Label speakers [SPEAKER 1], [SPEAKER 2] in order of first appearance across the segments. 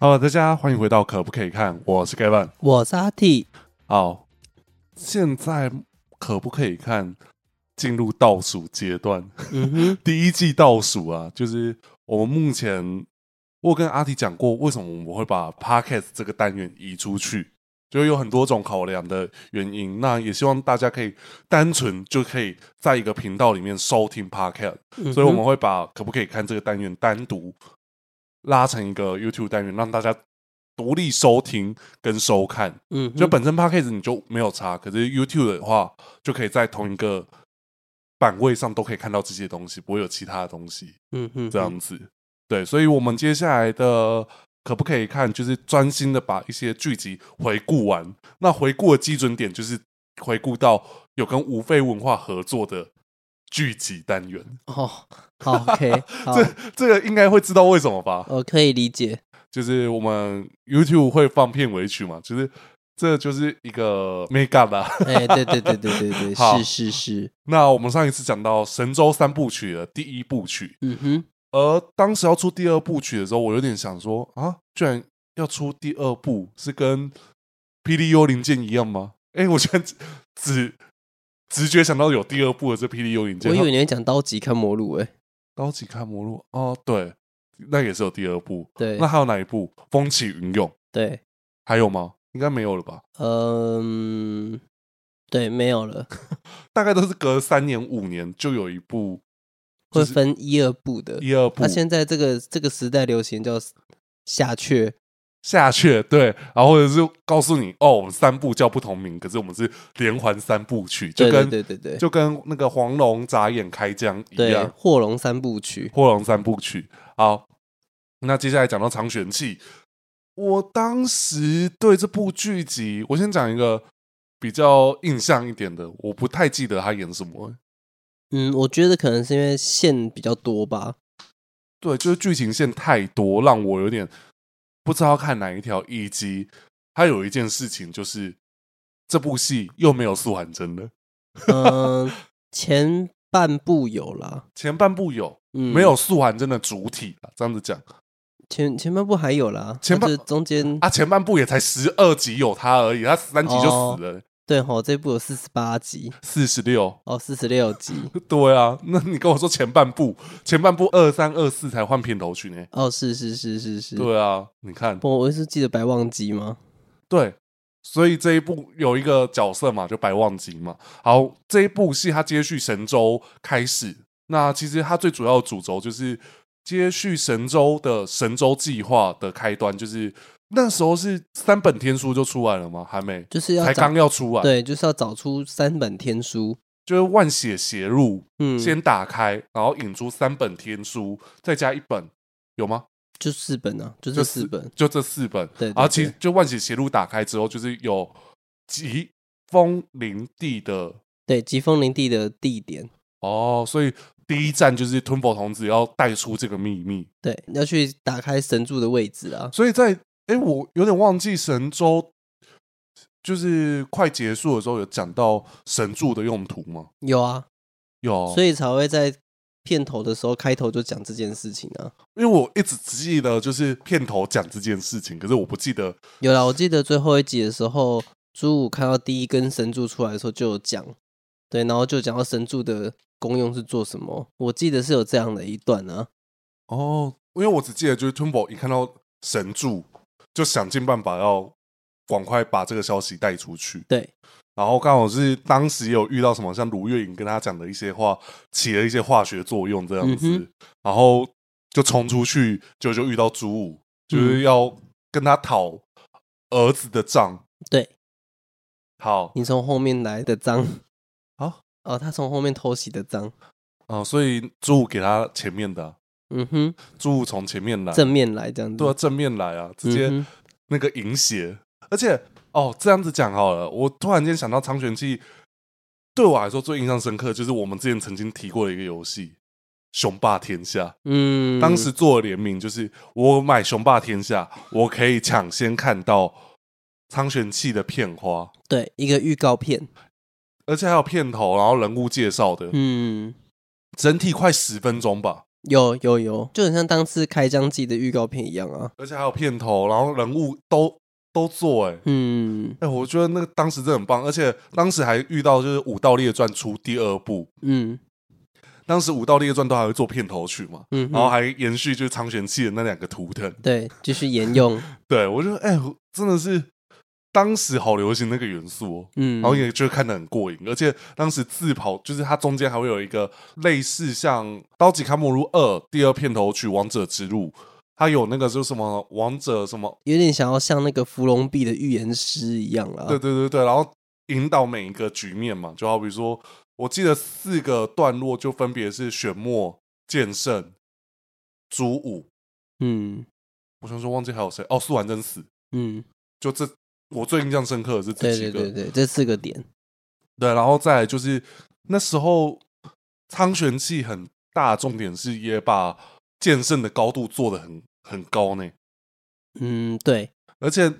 [SPEAKER 1] Hello，大家欢迎回到可不可以看？我是 Gavin。
[SPEAKER 2] 我是阿 T，
[SPEAKER 1] 好，现在可不可以看？进入倒数阶段，
[SPEAKER 2] 嗯哼，
[SPEAKER 1] 第一季倒数啊，就是我们目前，我有跟阿迪讲过，为什么我们会把 Podcast 这个单元移出去，就有很多种考量的原因。那也希望大家可以单纯就可以在一个频道里面收听 Podcast，所以
[SPEAKER 2] 嗯
[SPEAKER 1] 我们会把可不可以看这个单元单独拉成一个 YouTube 单元，让大家独立收听跟收看。
[SPEAKER 2] 嗯哼
[SPEAKER 1] 就本身 podcast 你就没有差，可是 YouTube 的话，就可以在同一个版位上都可以看到这些东西，不会有其他的东西
[SPEAKER 2] 嗯哼
[SPEAKER 1] 这样子。对，所以我们接下来的可不可以看，就是专心的把一些剧集回顾完。那回顾的基准点就是回顾到有跟无非文化合作的剧集单元。
[SPEAKER 2] 哦好，OK，好，
[SPEAKER 1] 这个应该会知道为什么吧？
[SPEAKER 2] 我可以理解，
[SPEAKER 1] 就是我们 YouTube 会放片尾曲嘛，就是这就是一个 mega 啦。
[SPEAKER 2] 哎，对对对对对对，
[SPEAKER 1] 好
[SPEAKER 2] 是是是，
[SPEAKER 1] 那我们上一次讲到《神州三部曲》的第一部曲，
[SPEAKER 2] 嗯哼，
[SPEAKER 1] 而当时要出第二部曲的时候，我有点想说啊，居然要出第二部，是跟《霹雳幽灵剑》一样吗？ 哎，我居然只只直觉想到有第二部的这《霹雳幽灵剑
[SPEAKER 2] 我以》
[SPEAKER 1] 然
[SPEAKER 2] 为
[SPEAKER 1] 后，
[SPEAKER 2] 你会讲刀戟看魔录，哎，
[SPEAKER 1] 高级看魔录哦，对，那也是有第二部。
[SPEAKER 2] 对
[SPEAKER 1] 那还有哪一部？《风起云涌》
[SPEAKER 2] 对，
[SPEAKER 1] 还有吗？应该没有了吧？
[SPEAKER 2] 嗯，对，没有了，
[SPEAKER 1] 大概都是隔三年五年就有一部
[SPEAKER 2] 会
[SPEAKER 1] 就是
[SPEAKER 2] 分一二部的，
[SPEAKER 1] 一二部。
[SPEAKER 2] 那现在这个这个时代流行叫下阙，
[SPEAKER 1] 下阙，对，然后或者是告诉你哦，我们三部叫不同名，可是我们是连环三部曲，就
[SPEAKER 2] 对对
[SPEAKER 1] 跟
[SPEAKER 2] 对对对
[SPEAKER 1] 就跟那个黄龙眨眼开疆一
[SPEAKER 2] 对，
[SPEAKER 1] 样，
[SPEAKER 2] 霍龙三部曲，
[SPEAKER 1] 霍龙三部曲。好，那接下来讲到长玄气，我当时对这部剧集，我先讲一个比较印象一点的，我不太记得他演什么。
[SPEAKER 2] 嗯，我觉得可能是因为线比较多吧，
[SPEAKER 1] 对，就是剧情线太多，让我有点不知道看哪一条，以及还有一件事情就是这部戏又没有素还真了，
[SPEAKER 2] 嗯，前半部有啦，
[SPEAKER 1] 前半部有，
[SPEAKER 2] 嗯，
[SPEAKER 1] 没有素还真的主体啦，这样子讲
[SPEAKER 2] 前前半部还有啦，
[SPEAKER 1] 前
[SPEAKER 2] 那
[SPEAKER 1] 半
[SPEAKER 2] 就是中间、
[SPEAKER 1] 啊，前半部也才十二集有他而已，他十三集就
[SPEAKER 2] 哦
[SPEAKER 1] 死了，
[SPEAKER 2] 对吼，这部有四十八集
[SPEAKER 1] 四十六。
[SPEAKER 2] 哦，四十六 集
[SPEAKER 1] 对啊，那你跟我说前半部，前半部二三二四才换片头曲呢？
[SPEAKER 2] 哦，是是是是是，
[SPEAKER 1] 对啊，你看，
[SPEAKER 2] 不，我是记得白忘机吗？
[SPEAKER 1] 对，所以这一部有一个角色嘛，就白忘机嘛。好，这一部戏它接续神州开始，那其实它最主要的主轴就是接续神州的神州计划的开端，就是那时候是三本天书就出来了吗？还没，
[SPEAKER 2] 就是要
[SPEAKER 1] 才
[SPEAKER 2] 找
[SPEAKER 1] 刚要出来，
[SPEAKER 2] 对，就是要找出三本天书，
[SPEAKER 1] 就是万血邪入、
[SPEAKER 2] 嗯，
[SPEAKER 1] 先打开，然后引出三本天书，再加一本，有吗？
[SPEAKER 2] 就四本啊，就
[SPEAKER 1] 就
[SPEAKER 2] 这四本，
[SPEAKER 1] 就这四本。
[SPEAKER 2] 对对
[SPEAKER 1] 然后其
[SPEAKER 2] 对
[SPEAKER 1] 实就万血邪路打开之后，就是有疾风林地的
[SPEAKER 2] 对，疾风林地的地点，
[SPEAKER 1] 哦，所以第一站就是吞佛童子要带出这个秘密。
[SPEAKER 2] 对，要去打开神柱的位置啊，
[SPEAKER 1] 所以在哎，我有点忘记神州就是快结束的时候有讲到神柱的用途吗？
[SPEAKER 2] 有啊，
[SPEAKER 1] 有，
[SPEAKER 2] 所
[SPEAKER 1] 以
[SPEAKER 2] 以才会在片头的时候开头就讲这件事情啊，
[SPEAKER 1] 因为我一直只记得就是片头讲这件事情，可是我不记得
[SPEAKER 2] 有啦，我记得最后一集的时候，朱武看到第一根神柱出来的时候就有讲，对，然后就讲到神柱的功用是做什么。我记得是有这样的一段啊，
[SPEAKER 1] 哦，因为我只记得就是吞佛一看到神柱就想尽办法要赶快把这个消息带出去。
[SPEAKER 2] 对，
[SPEAKER 1] 然后刚好是当时有遇到什么像卢月影跟他讲的一些话，起了一些化学作用这样子，
[SPEAKER 2] 嗯
[SPEAKER 1] 然后就冲出去，就就遇到朱武，就是要跟他讨儿子的账。
[SPEAKER 2] 对
[SPEAKER 1] 好
[SPEAKER 2] 你从后面来的 脏
[SPEAKER 1] 啊
[SPEAKER 2] 哦，他从后面偷袭的脏，
[SPEAKER 1] 啊，所以朱武给他前面的啊、
[SPEAKER 2] 嗯哼，
[SPEAKER 1] 朱武从前面来，
[SPEAKER 2] 正面来这样子，
[SPEAKER 1] 对啊，正面来啊，直接
[SPEAKER 2] 嗯哼
[SPEAKER 1] 那个银鞋，而且哦，这样子讲好了，我突然间想到苍玄记，对我来说最印象深刻就是我们之前曾经提过的一个游戏《雄霸天下》。
[SPEAKER 2] 嗯，
[SPEAKER 1] 当时做的联名就是我买《雄霸天下》，我可以抢先看到苍玄气的片花，
[SPEAKER 2] 对一个预告片，
[SPEAKER 1] 而且还有片头，然后人物介绍的，
[SPEAKER 2] 嗯，
[SPEAKER 1] 整体快十分钟吧。
[SPEAKER 2] 有有有，就很像当次开张季的预告片一样啊。
[SPEAKER 1] 而且还有片头，然后人物都都做、欸，哎、
[SPEAKER 2] 嗯
[SPEAKER 1] 哎，我觉得那个当时真的很棒，而且当时还遇到就是《武道列传》出第二部，
[SPEAKER 2] 嗯
[SPEAKER 1] 当时《武道列传》都还会做片头曲嘛，
[SPEAKER 2] 嗯，
[SPEAKER 1] 然后还延续就是苍玄气的那两个图腾，
[SPEAKER 2] 对，继续沿用，
[SPEAKER 1] 对我觉得哎、我真的是当时好流行那个元素、 哦。
[SPEAKER 2] 嗯，
[SPEAKER 1] 然后也就看得很过瘾，而且当时自跑就是它中间还会有一个类似像《刀戟卡莫如二》第二片头曲《王者之路》，它有那个就是什么王者什么
[SPEAKER 2] 有点想要像那个芙蓉壁的预言师一样啦。啊
[SPEAKER 1] 对对对对，然后引导每一个局面嘛，就好比说，我记得四个段落就分别是选墨、剑圣、朱武，
[SPEAKER 2] 嗯
[SPEAKER 1] 我想说忘记还有谁哦，苏完真死，
[SPEAKER 2] 嗯，
[SPEAKER 1] 就这我最印象深刻的是这
[SPEAKER 2] 对
[SPEAKER 1] 几
[SPEAKER 2] 对
[SPEAKER 1] 个，
[SPEAKER 2] 对对，这四个点，
[SPEAKER 1] 对然后再来就是那时候苍玄气很大，重点是也把剑圣的高度做的很很高呢，
[SPEAKER 2] 嗯，对，
[SPEAKER 1] 而且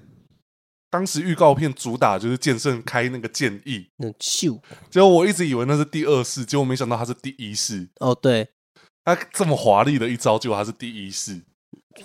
[SPEAKER 1] 当时预告片主打就是剑圣开那个剑意，
[SPEAKER 2] 那咻，
[SPEAKER 1] 结果我一直以为那是第二世，结果没想到它是第一世。
[SPEAKER 2] 哦对，
[SPEAKER 1] 它这么华丽的一招，结果它是第一世。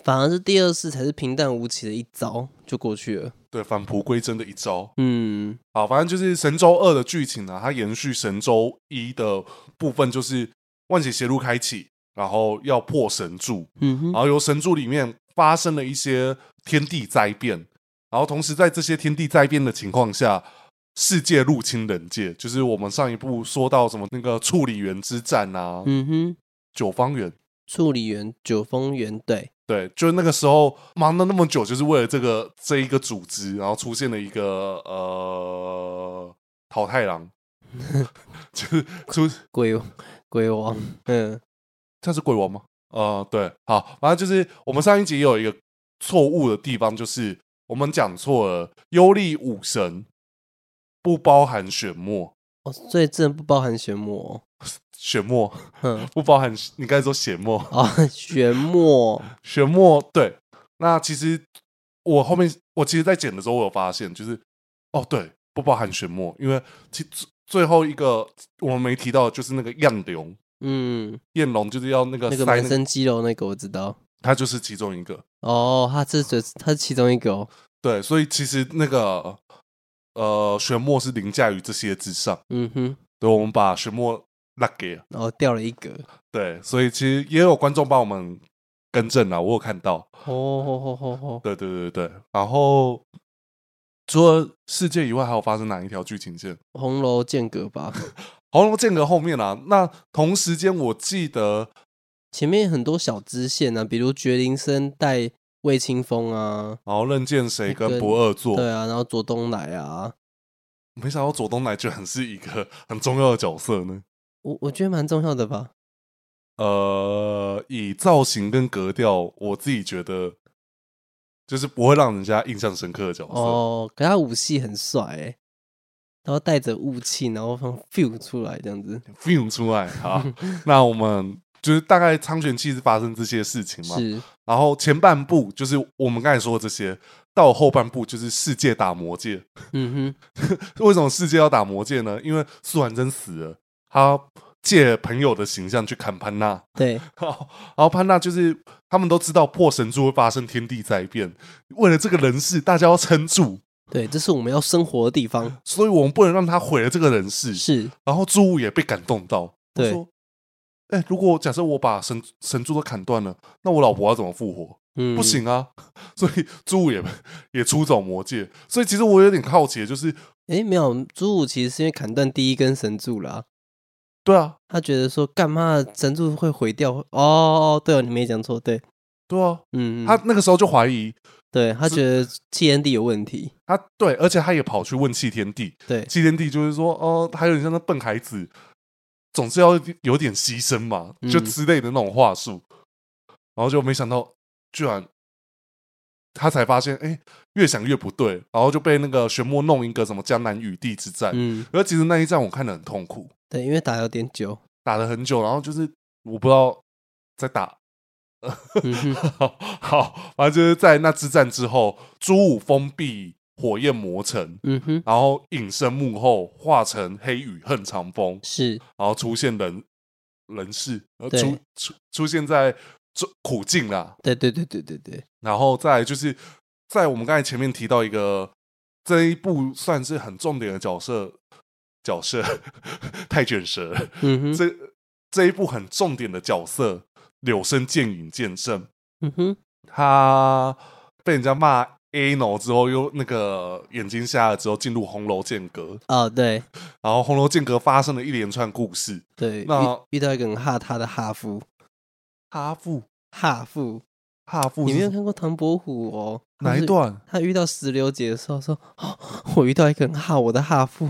[SPEAKER 2] 反而是第二次才是平淡无奇的一招就过去了。
[SPEAKER 1] 对，返璞归真的一招。
[SPEAKER 2] 嗯
[SPEAKER 1] 好，反正就是神州二的剧情呢、啊，它延续神州一的部分，就是万血邪路开启，然后要破神柱，
[SPEAKER 2] 嗯
[SPEAKER 1] 然
[SPEAKER 2] 哼，
[SPEAKER 1] 后由神柱里面发生了一些天地灾变，然后同时在这些天地灾变的情况下。世界入侵人界，就是我们上一部说到什么那个处理员之战啊，
[SPEAKER 2] 嗯哼，
[SPEAKER 1] 九方园，
[SPEAKER 2] 处理员九峰园，对，
[SPEAKER 1] 对，就那个时候忙了那么久，就是为了这个这一个组织，然后出现了一个呃桃太郎， 就是出
[SPEAKER 2] 鬼鬼王，嗯
[SPEAKER 1] 他是鬼王吗？呃，对，好，反正就是我们上一集也有一个错误的地方，就是我们讲错了，幽力武神不包含玄墨，
[SPEAKER 2] 哦，所以真的不包含玄魔、
[SPEAKER 1] 玄墨
[SPEAKER 2] 哦，嗯，
[SPEAKER 1] 不包含，你刚才说玄墨，
[SPEAKER 2] 哦，玄墨，
[SPEAKER 1] 玄墨对，那其实我后面我其实，在剪的时候，我有发现，就是哦，对，不包含玄墨，因为其最最后一个我们没提到，就是那个燕龙，
[SPEAKER 2] 嗯，
[SPEAKER 1] 燕龙就是要那个
[SPEAKER 2] 那
[SPEAKER 1] 呃塞
[SPEAKER 2] 个满
[SPEAKER 1] 那个，
[SPEAKER 2] 身肌肉那个我知道，
[SPEAKER 1] 他就是其中一个。
[SPEAKER 2] 哦，他这只他是其中一个、哦，
[SPEAKER 1] 对，所以其实那个呃，玄墨是凌驾于这些之上。
[SPEAKER 2] 嗯哼，
[SPEAKER 1] 对，我们把玄墨拉给了。
[SPEAKER 2] 然后掉了一格，
[SPEAKER 1] 对，所以其实也有观众帮我们更正了，我有看到。
[SPEAKER 2] 哦吼吼吼吼，
[SPEAKER 1] 对对对对，对然后除了世界以外，还有发生哪一条剧情线？
[SPEAKER 2] 红楼间隔吧，
[SPEAKER 1] 红楼间隔后面啊，那同时间我记得
[SPEAKER 2] 前面很多小支线啊，比如绝灵生带魏清风啊，
[SPEAKER 1] 然后任剑谁跟
[SPEAKER 2] 跟
[SPEAKER 1] 不二座，
[SPEAKER 2] 对啊，然后左东来啊，
[SPEAKER 1] 没想到左东来居然是一个很重要的角色呢。
[SPEAKER 2] 我我觉得蛮重要的吧，
[SPEAKER 1] 呃，以造型跟格调，我自己觉得就是不会让人家印象深刻的角色。
[SPEAKER 2] 哦，可他武戏很帅哎、然后带着雾气，然后放 feel 出来这样子，
[SPEAKER 1] film 出来好， 那我们就是大概苍玄气是发生这些事情嘛，
[SPEAKER 2] 是，
[SPEAKER 1] 然后前半部就是我们刚才说的这些，到后半部就是世界打魔界。
[SPEAKER 2] 嗯
[SPEAKER 1] 为什么世界要打魔界呢？因为苏完真死了，他借朋友的形象去砍潘娜，
[SPEAKER 2] 哼，对，
[SPEAKER 1] 然后然后潘娜就是他们都知道破神柱会发生天地灾变，为了这个人事，大家要撑住，
[SPEAKER 2] 对，这是我们要生活的地方，
[SPEAKER 1] 所以我们不能让他毁了这个人事。
[SPEAKER 2] 是，
[SPEAKER 1] 然后朱武也被感动到，他
[SPEAKER 2] 对
[SPEAKER 1] 说：“哎、如果假设我把神神柱都砍断了，那我老婆要怎么复活？
[SPEAKER 2] 嗯，
[SPEAKER 1] 不，行啊！” 所以朱武也 也出走魔界。所以其实我有点好奇，就是
[SPEAKER 2] 哎，没有，朱武其实是因为砍断第一根神柱啦、
[SPEAKER 1] 对啊，
[SPEAKER 2] 他觉得说干嘛神柱会毁掉？哦哦，对哦，你没讲错，对，
[SPEAKER 1] 对啊，
[SPEAKER 2] 嗯，嗯
[SPEAKER 1] 他那个时候就怀疑
[SPEAKER 2] 对他
[SPEAKER 1] 是
[SPEAKER 2] 觉得气天地有问题，
[SPEAKER 1] 他对，而且他也跑去问弃天帝，
[SPEAKER 2] 对，
[SPEAKER 1] 弃天帝就是说，哦、还有点像那笨孩子，总是要有点牺牲嘛，就
[SPEAKER 2] 嗯
[SPEAKER 1] 之类的那种话术。然后就没想到，居然他才发现，哎，越想越不对，然后就被那个玄魔弄一个什么江南雨地之战。
[SPEAKER 2] 嗯，
[SPEAKER 1] 而其实那一战我看得很痛苦，
[SPEAKER 2] 对，因为打有点久，
[SPEAKER 1] 打了很久，然后就是我不知道在打。
[SPEAKER 2] 嗯哼，
[SPEAKER 1] 好，反正就是在那之战之后，朱武封闭火焰魔城，
[SPEAKER 2] 嗯哼，
[SPEAKER 1] 然后隐身幕后，化成黑雨恨长风，
[SPEAKER 2] 是，
[SPEAKER 1] 然后出现人人士，呃，
[SPEAKER 2] 对
[SPEAKER 1] 出出出现在这苦境啦。
[SPEAKER 2] 对对对对对对，
[SPEAKER 1] 然后再来就是，在我们刚才前面提到一个这一部算是很重点的角色，角色 太卷舌了，
[SPEAKER 2] 嗯哼，
[SPEAKER 1] 这这一部很重点的角色柳生剑影剑圣，
[SPEAKER 2] 嗯哼，
[SPEAKER 1] 他被人家骂 A no 之后，又那个眼睛瞎了之后，进入红楼剑阁，
[SPEAKER 2] 哦，对
[SPEAKER 1] 然后红楼剑阁发生了一连串故事。
[SPEAKER 2] 对，
[SPEAKER 1] 那
[SPEAKER 2] 遇遇到一个很哈他的哈夫，
[SPEAKER 1] 哈富，
[SPEAKER 2] 哈夫，
[SPEAKER 1] 哈富
[SPEAKER 2] 你
[SPEAKER 1] 是
[SPEAKER 2] 没有看过唐伯虎哦？他
[SPEAKER 1] 哪一
[SPEAKER 2] 是？
[SPEAKER 1] 段？
[SPEAKER 2] 他遇到石榴姐的时候说：“哦，我遇到一个很哈我的 哈夫。嗯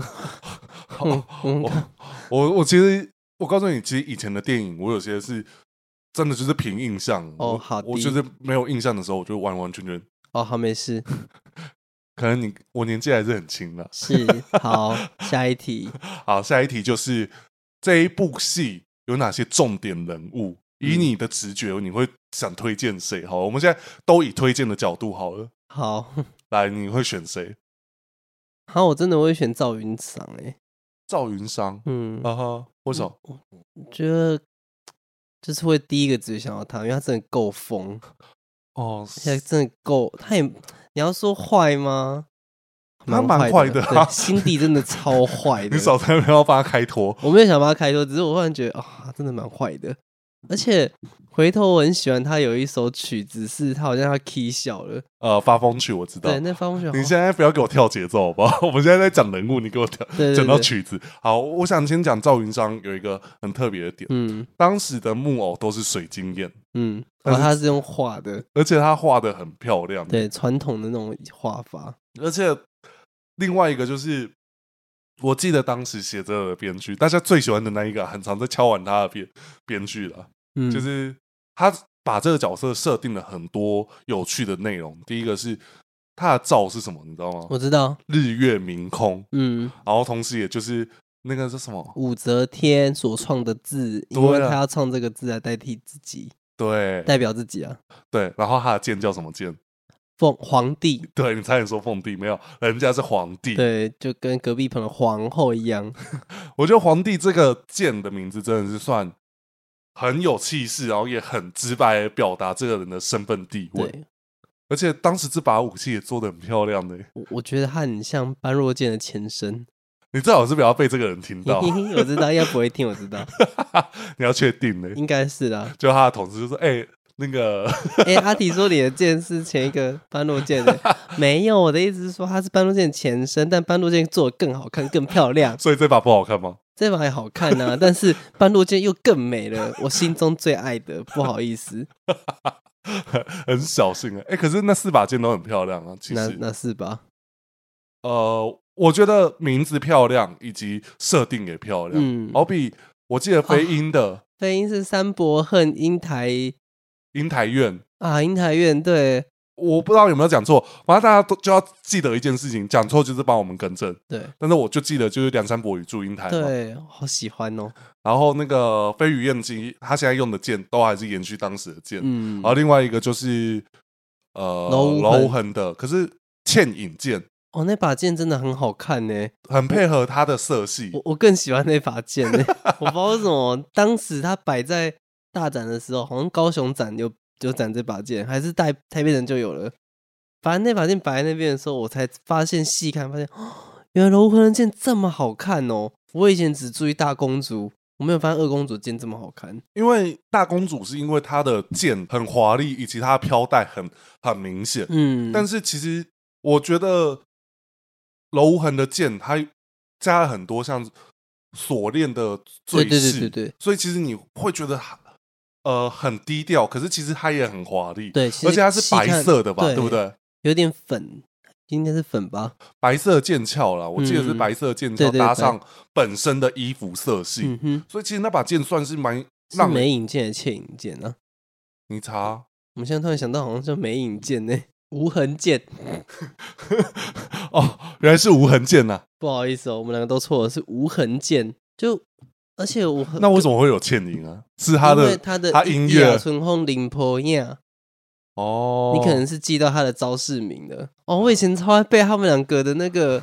[SPEAKER 1] 好，
[SPEAKER 2] 我们
[SPEAKER 1] 我
[SPEAKER 2] 看
[SPEAKER 1] 我我其实我告诉你，其实以前的电影，我有些是真的就是凭印象。
[SPEAKER 2] 哦
[SPEAKER 1] 我
[SPEAKER 2] 好
[SPEAKER 1] 我
[SPEAKER 2] 的
[SPEAKER 1] 就是没有印象的时候，我就完完全全。
[SPEAKER 2] 哦，好，没事，
[SPEAKER 1] 可能你我年纪还是很轻的。
[SPEAKER 2] 是好，下一题。
[SPEAKER 1] 好，下一题就是这一部戏有哪些重点人物？以
[SPEAKER 2] 嗯
[SPEAKER 1] 你的直觉，你会想推荐谁？好，我们现在都以推荐的角度好了。
[SPEAKER 2] 好，
[SPEAKER 1] 来，你会选谁？
[SPEAKER 2] 然后我真的会选赵云长哎、
[SPEAKER 1] 赵云商
[SPEAKER 2] 嗯，
[SPEAKER 1] 啊哈？为什么？
[SPEAKER 2] 觉得就是会第一个直觉想到他，因为他真的够疯，
[SPEAKER 1] 哦，
[SPEAKER 2] 而且真的够，他也你要说坏吗？
[SPEAKER 1] 他蛮
[SPEAKER 2] 蛮
[SPEAKER 1] 坏
[SPEAKER 2] 的
[SPEAKER 1] 的
[SPEAKER 2] 对
[SPEAKER 1] 啊
[SPEAKER 2] 心地真的超坏 的。
[SPEAKER 1] 你少在那边要帮他开脱。
[SPEAKER 2] 我没有想把他开脱，只是我忽然觉得啊，真的蛮坏的。而且回头我很喜欢他有一首曲子，是他好像他 key 小了，
[SPEAKER 1] 呃，发疯去我知道
[SPEAKER 2] 对，。那方雪好
[SPEAKER 1] 你现在不要给我跳节奏好不好？ 我们现在在讲人物，你给我跳
[SPEAKER 2] 对对
[SPEAKER 1] 讲到
[SPEAKER 2] 对
[SPEAKER 1] 曲子。好，我想先讲赵云商有一个很特别的点，
[SPEAKER 2] 嗯
[SPEAKER 1] 当时的木偶都是水晶眼，
[SPEAKER 2] 嗯，
[SPEAKER 1] 但
[SPEAKER 2] 哦，
[SPEAKER 1] 是
[SPEAKER 2] 他是用画的，
[SPEAKER 1] 而且他画的很漂亮。
[SPEAKER 2] 对，传统的那种画法，
[SPEAKER 1] 而且另外一个就是，我记得当时写这的编剧，大家最喜欢的那一个，啊很常在敲完他的编编剧了，
[SPEAKER 2] 嗯，
[SPEAKER 1] 就是他把这个角色设定了很多有趣的内容。第一个是他的照是什么，你知道吗？
[SPEAKER 2] 我知道，
[SPEAKER 1] 日月明空，
[SPEAKER 2] 嗯，
[SPEAKER 1] 然后同时也就是那个是什么？
[SPEAKER 2] 武则天所创的字，因
[SPEAKER 1] 对
[SPEAKER 2] 为
[SPEAKER 1] 啊
[SPEAKER 2] 他要创这个字来代替自己，
[SPEAKER 1] 对
[SPEAKER 2] 代表自己啊。
[SPEAKER 1] 对，然后他的剑叫什么剑？
[SPEAKER 2] 凤皇帝，
[SPEAKER 1] 对你差点说凤帝，没有，人家是皇帝。
[SPEAKER 2] 对，就跟隔壁棚的皇后一样，
[SPEAKER 1] 我觉得皇帝这个剑的名字真的是算很有气势，然后也很直白地表达这个人的身份地位。
[SPEAKER 2] 对
[SPEAKER 1] 而且当时这把武器也做的很漂亮的，
[SPEAKER 2] 我我觉得他很像般若剑的前身。
[SPEAKER 1] 你最好是不要被这个人听到，
[SPEAKER 2] 我知道，应该不会听，我知 道，
[SPEAKER 1] 你要确定的。
[SPEAKER 2] 应该是啦。
[SPEAKER 1] 就他的同事就说：“哎、那个
[SPEAKER 2] 哎、阿体说你的剑是前一个般若剑 的，没有，我的意思是说它是般若剑的前身，但般若剑做的更好看、更漂 亮，
[SPEAKER 1] 所以这把不好看吗
[SPEAKER 2] 这把也好看呐、但是般若剑又更美了，我心中最爱的，不好意 思，？”
[SPEAKER 1] 很小心啊。哎、可是那四把剑都很漂亮啊。其
[SPEAKER 2] 那
[SPEAKER 1] 实，
[SPEAKER 2] 那是吧？
[SPEAKER 1] 呃，我觉得名字漂亮，以及设定也漂亮。
[SPEAKER 2] 嗯啊
[SPEAKER 1] 好比我记得飞鹰的
[SPEAKER 2] 飞鹰是三伯恨英台
[SPEAKER 1] 鹰台院，
[SPEAKER 2] 啊，英台院对
[SPEAKER 1] 我不知道有没有讲错，反正大家都就要记得一件事情，讲错就是帮我们更正。
[SPEAKER 2] 对
[SPEAKER 1] 但是我就记得就是梁山伯与祝英台嘛，
[SPEAKER 2] 对，好喜欢哦，
[SPEAKER 1] 然后那个飞羽燕姬，他现在用的剑都还是延续当时的剑，
[SPEAKER 2] 嗯
[SPEAKER 1] 然后另外一个就是呃
[SPEAKER 2] 楼无痕
[SPEAKER 1] 楼无痕的，可是倩影剑
[SPEAKER 2] 哦，那把剑真的很好看呢，
[SPEAKER 1] 很配合他的色系，
[SPEAKER 2] 我我更喜欢那把剑 呢，我不知道为什么当时它摆在大展的时候，好像高雄展有有展这把剑，还是台台北人就有了。反正那把剑摆在那边的时候，我才发现细看，发现 哦，原来楼昆的剑这么好看哦！我以前只注意大公主，我没有发现二公主剑这么好看。
[SPEAKER 1] 因为大公主是因为她的剑很华丽，以及她的飘带很很明显，
[SPEAKER 2] 嗯，
[SPEAKER 1] 但
[SPEAKER 2] 是
[SPEAKER 1] 是其实我觉得楼无痕的剑，它加了很多像锁链的
[SPEAKER 2] 对
[SPEAKER 1] 坠饰，
[SPEAKER 2] 对对对对
[SPEAKER 1] 所以其实你会觉得呃很低调，可是其实它也很华丽，
[SPEAKER 2] 对，其实
[SPEAKER 1] 而且它是
[SPEAKER 2] 细
[SPEAKER 1] 白
[SPEAKER 2] 看
[SPEAKER 1] 色的吧，
[SPEAKER 2] 对
[SPEAKER 1] 对不？对？
[SPEAKER 2] 有点粉，应该是粉吧？
[SPEAKER 1] 白色剑鞘啦，我记得是
[SPEAKER 2] 嗯
[SPEAKER 1] 白色剑
[SPEAKER 2] 对
[SPEAKER 1] 鞘
[SPEAKER 2] 对
[SPEAKER 1] 搭
[SPEAKER 2] 白
[SPEAKER 1] 上本身的衣服色系，
[SPEAKER 2] 嗯哼，
[SPEAKER 1] 所以其实那把剑算是蛮
[SPEAKER 2] 是
[SPEAKER 1] 让人
[SPEAKER 2] 美影剑还是倩影剑呢、
[SPEAKER 1] 你查
[SPEAKER 2] 我们现在突然想到，好像叫美影剑呢、无痕剑。
[SPEAKER 1] 哦，原来是无痕剑呐、
[SPEAKER 2] 不好意思哦，我们两个都错了，是无痕剑。就而且我
[SPEAKER 1] 那为什么会有倩影啊？是他
[SPEAKER 2] 他
[SPEAKER 1] 的
[SPEAKER 2] 他的
[SPEAKER 1] 他音乐
[SPEAKER 2] 纯红林坡亚，
[SPEAKER 1] 哦，
[SPEAKER 2] 你可能是记到他的招式名的哦。我以前超爱背他们两个的那个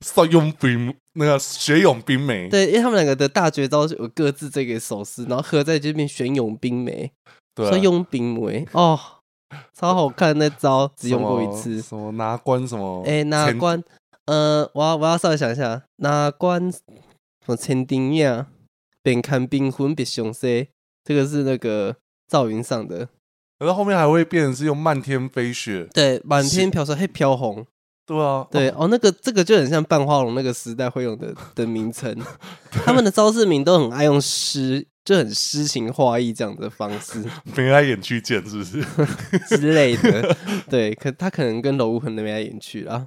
[SPEAKER 1] 邵用兵那个雪咏冰梅，
[SPEAKER 2] 对，因为他们两个的大绝招有各自这个手势，然后合在这边玄勇冰梅，
[SPEAKER 1] 对啊，
[SPEAKER 2] 说用冰梅哦，超好看那招，只
[SPEAKER 1] 只
[SPEAKER 2] 用过一次。
[SPEAKER 1] 什么拿关什么，
[SPEAKER 2] 哎，哪
[SPEAKER 1] 前
[SPEAKER 2] 关？呃，我要我要稍微想一下，哪关？什么千丁呀？边看冰魂别雄塞，这个是那个赵云上的，
[SPEAKER 1] 然后后面还会变成是用漫天飞雪，
[SPEAKER 2] 对，满
[SPEAKER 1] 是
[SPEAKER 2] 天飘飘黑飘红，
[SPEAKER 1] 对啊，
[SPEAKER 2] 对哦，那个这个就很像半花龙那个时代会用的的名 称，他们的招式名都很爱用诗，就很诗情画意这样的方式
[SPEAKER 1] 眉来眼去见是不 是？
[SPEAKER 2] 之类 的。对，可他可能跟楼无痕那边演去啦。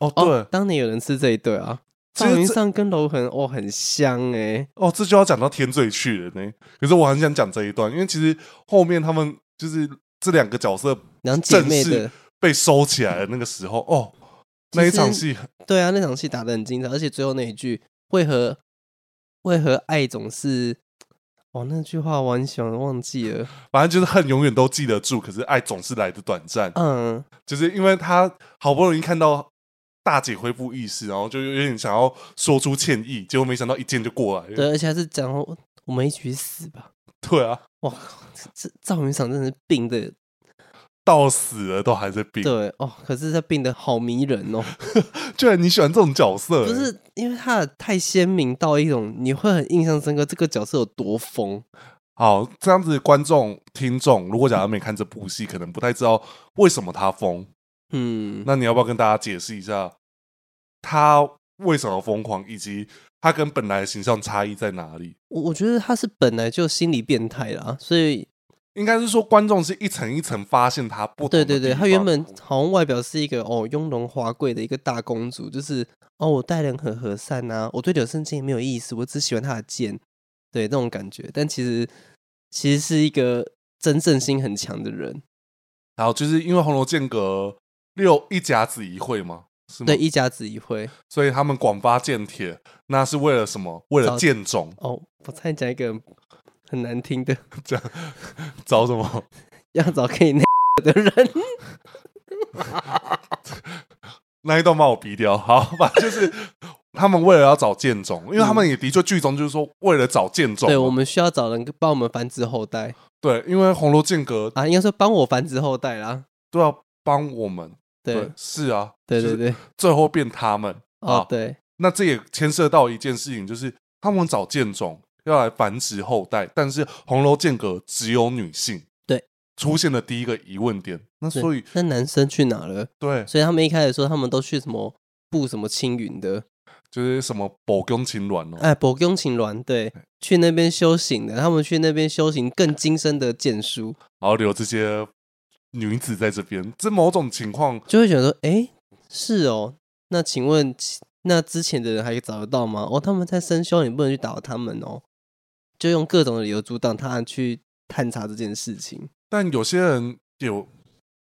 [SPEAKER 1] 哦，
[SPEAKER 2] 哦，
[SPEAKER 1] 对，
[SPEAKER 2] 当年有人吃这一对啊，
[SPEAKER 1] 其
[SPEAKER 2] 赵
[SPEAKER 1] 实
[SPEAKER 2] 云
[SPEAKER 1] 这
[SPEAKER 2] 上跟楼无痕哦很香哎、
[SPEAKER 1] 哦，这就要讲到天罪去了呢。可是我很想讲这一段，因为其实后面他们就是这两个角色
[SPEAKER 2] 两姐
[SPEAKER 1] 正
[SPEAKER 2] 妹
[SPEAKER 1] 是
[SPEAKER 2] 的，
[SPEAKER 1] 被收起来的那个时候，哦，那一场戏
[SPEAKER 2] 对啊，那场戏打得很精彩，而且最后那一句为何为何爱总是。哦，那句话我很喜欢，忘记了。
[SPEAKER 1] 反正就是恨永远都记得住，可是爱总是来的短暂。
[SPEAKER 2] 嗯，
[SPEAKER 1] 就是因为他好不容易看到大姐恢复意识，然后就有点想要说出歉意，结果没想到一剑就过来了。
[SPEAKER 2] 对，而且还是讲我我们一起去死吧。
[SPEAKER 1] 对啊，
[SPEAKER 2] 哇靠，这这赵云赏真的是病的，
[SPEAKER 1] 到死了都还在病。
[SPEAKER 2] 对哦，可是他病的好迷 人哦，
[SPEAKER 1] 居然你喜欢这种角色、欸
[SPEAKER 2] 不是因为他的太鲜明到一种你会很印象深刻，这个角色有多疯，
[SPEAKER 1] 好，这样子观众、听众，如果假如没看这部戏，可能不太知道为什么他疯。
[SPEAKER 2] 嗯，
[SPEAKER 1] 那你要不要跟大家解释一下，他为什么疯狂，以及他跟本来的形象差异在哪里？
[SPEAKER 2] 我我觉得他是本来就心理变态啦，所以
[SPEAKER 1] 应该是说，观众是一层一层发现他不同
[SPEAKER 2] 对
[SPEAKER 1] 的
[SPEAKER 2] 对对，
[SPEAKER 1] 地
[SPEAKER 2] 他原
[SPEAKER 1] 方
[SPEAKER 2] 本好像外表是一个哦雍容华贵的一个大公主，就是哦我待人很和善呐、我对柳生剑也没有意思，我只喜欢她的剑，对这种感觉。但其实其实是一个真正心很强的人，
[SPEAKER 1] 然后就是因为红楼剑阁六一甲子一会嘛，是吗？
[SPEAKER 2] 对一家子一会。
[SPEAKER 1] 所以他们广发剑帖，那是为了什么？为了
[SPEAKER 2] 找
[SPEAKER 1] 剑种，
[SPEAKER 2] 哦，我差点讲一个很很难听的，
[SPEAKER 1] 这样找什么？
[SPEAKER 2] 要找可以那的人，
[SPEAKER 1] 那一段把我逼掉。好，吧，就是他们为了要找剑种，因为他们也的确剧中就是说为了 找剑种嘛，
[SPEAKER 2] 嗯对我们需要找人帮我们繁殖后代
[SPEAKER 1] 对，因为红楼剑阁
[SPEAKER 2] 啊，应该说帮我繁殖后代啦。
[SPEAKER 1] 都要帮我们，
[SPEAKER 2] 对
[SPEAKER 1] 是啊，
[SPEAKER 2] 对
[SPEAKER 1] 就是
[SPEAKER 2] 对对，
[SPEAKER 1] 最后变他们
[SPEAKER 2] 哦
[SPEAKER 1] 啊。
[SPEAKER 2] 对，
[SPEAKER 1] 那这也牵涉到一件事情，就是他们找剑种要来繁殖后代，但是红楼剑阁只有女性，
[SPEAKER 2] 对，
[SPEAKER 1] 出现了第一个疑问点。那
[SPEAKER 2] 对
[SPEAKER 1] 所以
[SPEAKER 2] 那男生去哪了？
[SPEAKER 1] 对，
[SPEAKER 2] 所以他们一开始说他们都去什么布什么青云的，
[SPEAKER 1] 就是什么宝宫情鸾哦，
[SPEAKER 2] 哎，博宫琴鸾，对，去那边修行的，他们去那边修行更精深的剑术，
[SPEAKER 1] 然后留这些女子在这边，这某种情况
[SPEAKER 2] 就会觉得说，哎，是哦，那请问其那之前的人还找得到吗？哦，他们在深修，你不能去打扰他们哦，就用各种的理由阻挡他去探查这件事情。
[SPEAKER 1] 但有些人有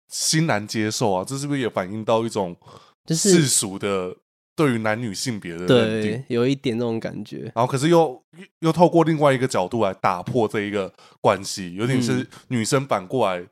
[SPEAKER 1] 欣然接受啊，这是不是也反映到一种
[SPEAKER 2] 就是
[SPEAKER 1] 世俗的对于男女性别的认定？
[SPEAKER 2] 对，有一点那种感觉，
[SPEAKER 1] 然后可是又又又透过另外一个角度来打破这一个关系，有点是
[SPEAKER 2] 嗯
[SPEAKER 1] 女生反过来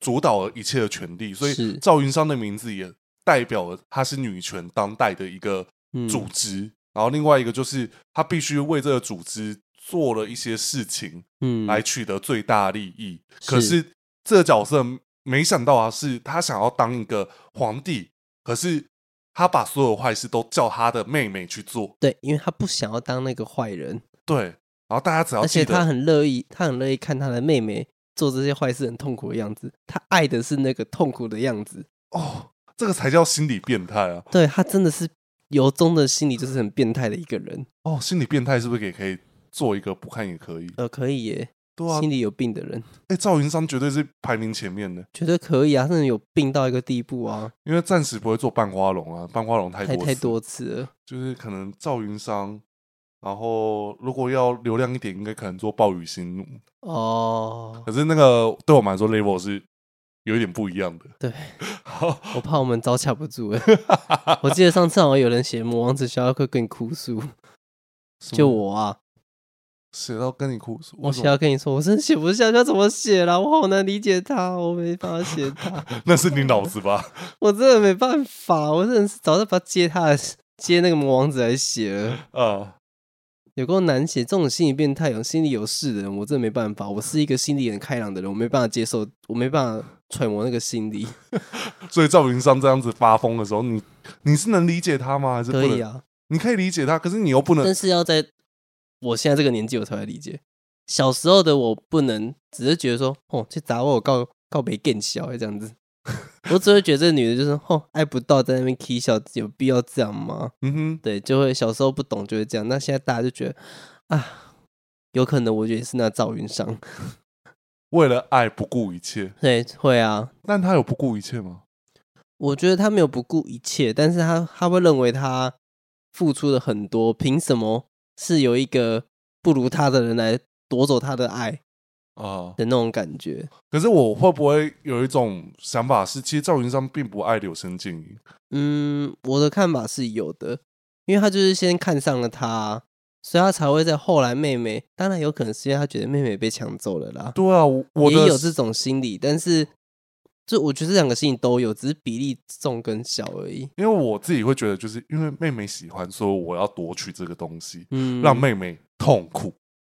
[SPEAKER 1] 主导了一切的权利，所以
[SPEAKER 2] 是
[SPEAKER 1] 赵云商的名字也代表了她是女权当代的一个
[SPEAKER 2] 嗯，
[SPEAKER 1] 组织。然后另外一个就是她必须为这个组织做了一些事情，
[SPEAKER 2] 嗯
[SPEAKER 1] 来取得最大利益。
[SPEAKER 2] 是
[SPEAKER 1] 可是这个角色没想到啊，是他想要当一个皇帝，可是他把所有坏事都叫他的妹妹去做。
[SPEAKER 2] 对，因为他不想要当那个坏人，
[SPEAKER 1] 对，然后大家只要
[SPEAKER 2] 而
[SPEAKER 1] 记
[SPEAKER 2] 且他
[SPEAKER 1] 得，
[SPEAKER 2] 很乐意，他很乐意看他的妹妹做这些坏事很痛苦的样子，他爱的是那个痛苦的样子。
[SPEAKER 1] 哦，这个才叫心理变态啊！
[SPEAKER 2] 对他真的是由衷的心里就是很变态的一个人，
[SPEAKER 1] 哦，心理变态是不是也可以做一个不看也可以？
[SPEAKER 2] 呃，可以耶，
[SPEAKER 1] 对啊
[SPEAKER 2] 心，里有病的人
[SPEAKER 1] 哎，赵云商绝对是排名前面的，
[SPEAKER 2] 觉得可以啊，甚至有病到一个地步啊，
[SPEAKER 1] 因为暂时不会做半花龙啊，半花龙太
[SPEAKER 2] 还
[SPEAKER 1] 多
[SPEAKER 2] 太
[SPEAKER 1] 次
[SPEAKER 2] 多次了。
[SPEAKER 1] 就是可能赵云商，然后如果要流量一点，应该可能做暴雨星奴。
[SPEAKER 2] 哦，
[SPEAKER 1] 可是那个对我们来说，level 是有一点不一样的。
[SPEAKER 2] 对，
[SPEAKER 1] 好，
[SPEAKER 2] 我怕我们招架不住 哎。我记得上次好像有人写魔王子需要会更哭诉，
[SPEAKER 1] 什么
[SPEAKER 2] 就我啊，
[SPEAKER 1] 写到跟你哭诉，为
[SPEAKER 2] 我
[SPEAKER 1] 什
[SPEAKER 2] 写
[SPEAKER 1] 么
[SPEAKER 2] 到跟你说，我真的写不下去，要怎么写啦？我好难理解他，我没办法写他，
[SPEAKER 1] 那是你脑子吧？
[SPEAKER 2] 我真的没办法，我真的是早就把他接他的接那个魔王子来写了。
[SPEAKER 1] 啊，
[SPEAKER 2] 有够难写，这种心理变态、有心理有事的人，我真的没办法。我是一个心理很开朗的人，我没办法接受，我没办法揣摩那个心理。
[SPEAKER 1] 所以赵云商这样子发疯的时候，你你是能理解他吗？还是 不
[SPEAKER 2] 可
[SPEAKER 1] 能？
[SPEAKER 2] 以啊，
[SPEAKER 1] 你可以理解他，可是你又不能
[SPEAKER 2] 但是要在我现在这个年纪，我才会理解。小时候的我不能，只是觉得说，哦，去砸我告告别更小欸这样子。 我只会觉得这女的就是，哦，爱不到在那边 k 笑，有必要这样吗？
[SPEAKER 1] 嗯
[SPEAKER 2] 对，就会小时候不懂就会这样，那现在大家就觉得啊，有可能我觉得也是那赵云商，
[SPEAKER 1] 哼，为了爱不顾一切，
[SPEAKER 2] 对，会啊，
[SPEAKER 1] 但他有不顾一切吗？
[SPEAKER 2] 我觉得他没有不顾一切，但是他他会认为他付出了很多，凭什么是有一个不如他的人来夺走他的爱
[SPEAKER 1] 啊、
[SPEAKER 2] 的那种感觉？
[SPEAKER 1] 可是我会不会有一种想法是，其实赵云商并不爱柳生静音
[SPEAKER 2] 嗯，我的看法是有的，因为他就是先看上了他，啊所以他才会在后来妹妹，当然有可能是因为他觉得妹妹被抢走了啦，
[SPEAKER 1] 对啊，我我
[SPEAKER 2] 也
[SPEAKER 1] 的
[SPEAKER 2] 有这种心理，但是就我觉得这两个心理都有，只是比例重跟小而已。
[SPEAKER 1] 因为我自己会觉得，就是因为妹妹喜欢，所以我要夺取这个东西，
[SPEAKER 2] 嗯，
[SPEAKER 1] 让妹妹痛苦。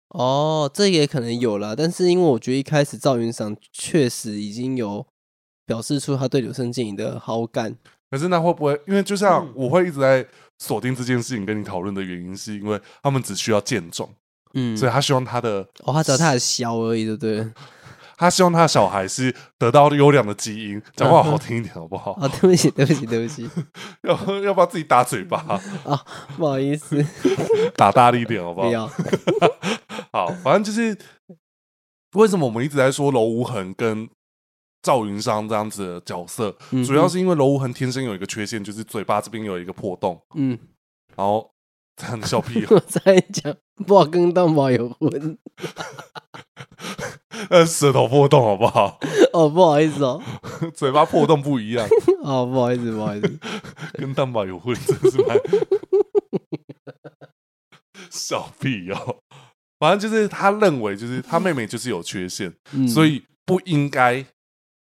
[SPEAKER 2] 哦，这也可能有啦，但是因为我觉得一开始赵云赏确实已经有表示出他对柳生静影的好感，
[SPEAKER 1] 可是那会不会，因为就像
[SPEAKER 2] 嗯
[SPEAKER 1] 我会一直在锁定这件事情跟你讨论的原因，是因为他们只需要见种，
[SPEAKER 2] 嗯，
[SPEAKER 1] 所以他希望他的
[SPEAKER 2] 哦，他只要他的消而已，对不对？
[SPEAKER 1] 他希望他的小孩是得到优良的基因，讲话好听一点好不好？
[SPEAKER 2] 啊，对不起，对不起，对不起，
[SPEAKER 1] 要要不要自己打嘴巴，
[SPEAKER 2] 不好意思，
[SPEAKER 1] 打大力一点好不好
[SPEAKER 2] 不？要，
[SPEAKER 1] 好，反正就是为什么我们一直在说楼无痕跟赵云商这样子的角色，
[SPEAKER 2] 嗯
[SPEAKER 1] 主要是因为楼无痕天生有一个缺陷，就是嘴巴这边有一个破洞，
[SPEAKER 2] 嗯，
[SPEAKER 1] 然 后 这样笑屁、哦，
[SPEAKER 2] 我在讲不好跟蛋堡有混，
[SPEAKER 1] 呃，舌头破洞好不好？
[SPEAKER 2] 哦，不好意思哦，
[SPEAKER 1] 嘴巴破洞不一样，
[SPEAKER 2] 哦，不好意思，不好意思，
[SPEAKER 1] 跟蛋堡有混，真是蛮 笑屁哟、哦。反正就是他认为，就是他妹妹就是有缺陷，
[SPEAKER 2] 嗯，
[SPEAKER 1] 所以不应该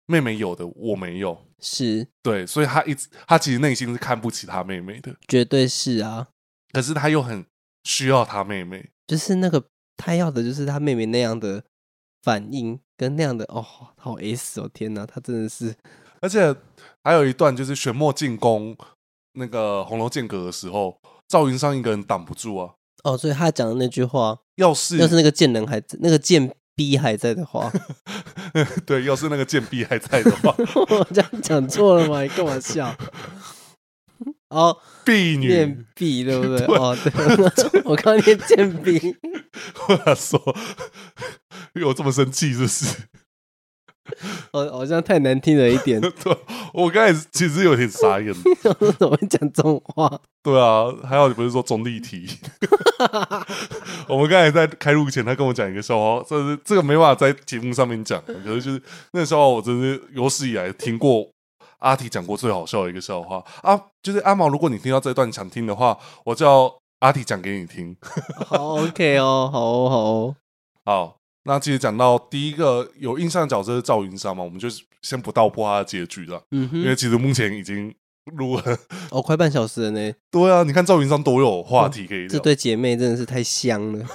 [SPEAKER 1] 妹妹有的我没有。
[SPEAKER 2] 嗯是
[SPEAKER 1] 对，所以他一直他其实内心是看不起他妹妹的，
[SPEAKER 2] 绝对是啊，
[SPEAKER 1] 可是他又很需要他妹妹。
[SPEAKER 2] 就是那个他要的就是他妹妹那样的反应跟那样的哦，好 S 哦，天哪，他真的是。
[SPEAKER 1] 而且还有一段就是玄墨进攻那个红楼剑阁的时候，赵云商一个人挡不住啊。
[SPEAKER 2] 哦，所以他讲的那句话，
[SPEAKER 1] 要是
[SPEAKER 2] 要是那个贱人还在，那个贱逼还在的话，
[SPEAKER 1] 对，要是那个剑臂还在的话，
[SPEAKER 2] 我这样讲错了吗？你干嘛笑？哦，
[SPEAKER 1] 婢女
[SPEAKER 2] 念婢对不对？哦，对， 我刚念贱婢，
[SPEAKER 1] 后来说 有这么生气，就是
[SPEAKER 2] 我好像太难听了一点，
[SPEAKER 1] 对我刚才其实有点傻眼。
[SPEAKER 2] 我怎么会讲这种话？
[SPEAKER 1] 对啊，还好你不是说中立 题。我们刚才在开录前，他跟我讲一个笑话，这是这个没办法在节目上面讲，可是就是那个笑话，我真是有史以来听过阿提讲过最好笑的一个笑话啊，就是阿毛，如果你听到这段想听的话，我叫阿提讲给你听。
[SPEAKER 2] 好，OK 哦，好哦，好哦，
[SPEAKER 1] 好，那其实讲到第一个有印象的角色是赵云山嘛，我们就先不道破他的结局了，
[SPEAKER 2] 嗯
[SPEAKER 1] 因为
[SPEAKER 2] 哼，
[SPEAKER 1] 其实目前已经录了。
[SPEAKER 2] 哦，快半小时了呢，
[SPEAKER 1] 对啊，你看赵云山多有话题可以
[SPEAKER 2] 这
[SPEAKER 1] 聊，
[SPEAKER 2] 对姐妹真的是太香了，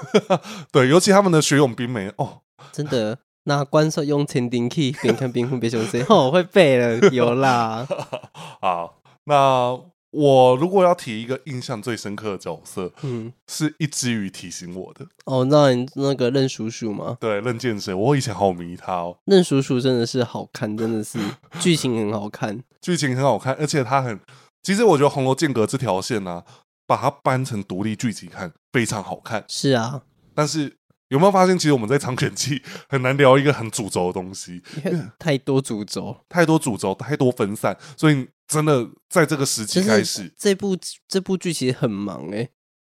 [SPEAKER 1] 对，尤其他们的学勇兵没哦。
[SPEAKER 2] 真的。那关说用千丁 key，边看边混，别熊 C，哦，我 会背了， 有啦，
[SPEAKER 1] 好，那我如果要提一个印象最深刻的角色，
[SPEAKER 2] 嗯。
[SPEAKER 1] 是一只鱼提醒我的。
[SPEAKER 2] 哦，那你那个任叔叔吗？
[SPEAKER 1] 对，任剑谁？我以前好迷他哦，
[SPEAKER 2] 任叔叔真的是好看，真的 是剧情很好看。
[SPEAKER 1] 剧情很好看，而且他很……其实我觉得《红楼剑阁》这条线呢、把它搬成独立剧集看非常好看。
[SPEAKER 2] 是啊，
[SPEAKER 1] 但是有没有发现，其实我们在长卷记 很难聊一个很主轴的东西，
[SPEAKER 2] 因为太多主轴。
[SPEAKER 1] 太多主轴，太多分散，所以真的在这个时期
[SPEAKER 2] 就
[SPEAKER 1] 开
[SPEAKER 2] 是
[SPEAKER 1] 始，
[SPEAKER 2] 这部这部剧其实很忙诶、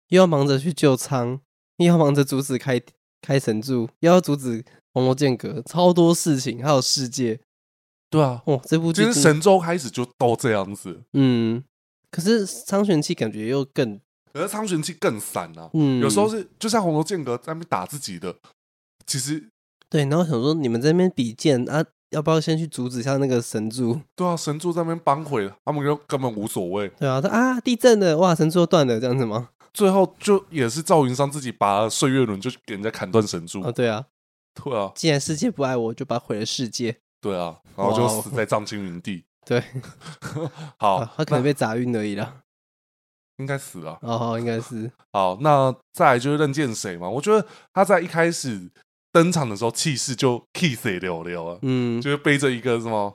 [SPEAKER 2] 又要忙着去救仓，又要忙着阻止开开神柱，又要阻止红楼剑阁，超多事情，还有世界。
[SPEAKER 1] 对啊，
[SPEAKER 2] 哦，这部
[SPEAKER 1] 其
[SPEAKER 2] 剧
[SPEAKER 1] 实
[SPEAKER 2] 真
[SPEAKER 1] 神州开始就都这样子。
[SPEAKER 2] 嗯，可是苍玄气感觉又更
[SPEAKER 1] 可是苍玄气更散啊。
[SPEAKER 2] 嗯，
[SPEAKER 1] 有时候是就像红楼剑阁在那边打自己的，其实
[SPEAKER 2] 对，然后想说你们在那边比剑啊，要不要先去阻止一下那个神柱？
[SPEAKER 1] 对啊，神柱在那边帮回，他们就根本无所谓。
[SPEAKER 2] 对啊，他啊地震了，哇，神柱又断了，这样子吗？
[SPEAKER 1] 最后就也是赵云商自己拔岁月轮，就给人家砍断神柱
[SPEAKER 2] 啊，。对啊，
[SPEAKER 1] 对啊，
[SPEAKER 2] 既然世界不爱我，就把它毁了世界。
[SPEAKER 1] 对啊，然后
[SPEAKER 2] 哇哦
[SPEAKER 1] 就死在藏青云地。
[SPEAKER 2] 对，
[SPEAKER 1] 好
[SPEAKER 2] 啊，，他可能被砸晕而已啦。
[SPEAKER 1] 那应该死了。
[SPEAKER 2] 哦，应 该是，
[SPEAKER 1] 好，那再来就是任剑谁嘛，我觉得他在一开始登场的时候气势就气势寥寥啊，
[SPEAKER 2] 嗯
[SPEAKER 1] 就是背着一个什么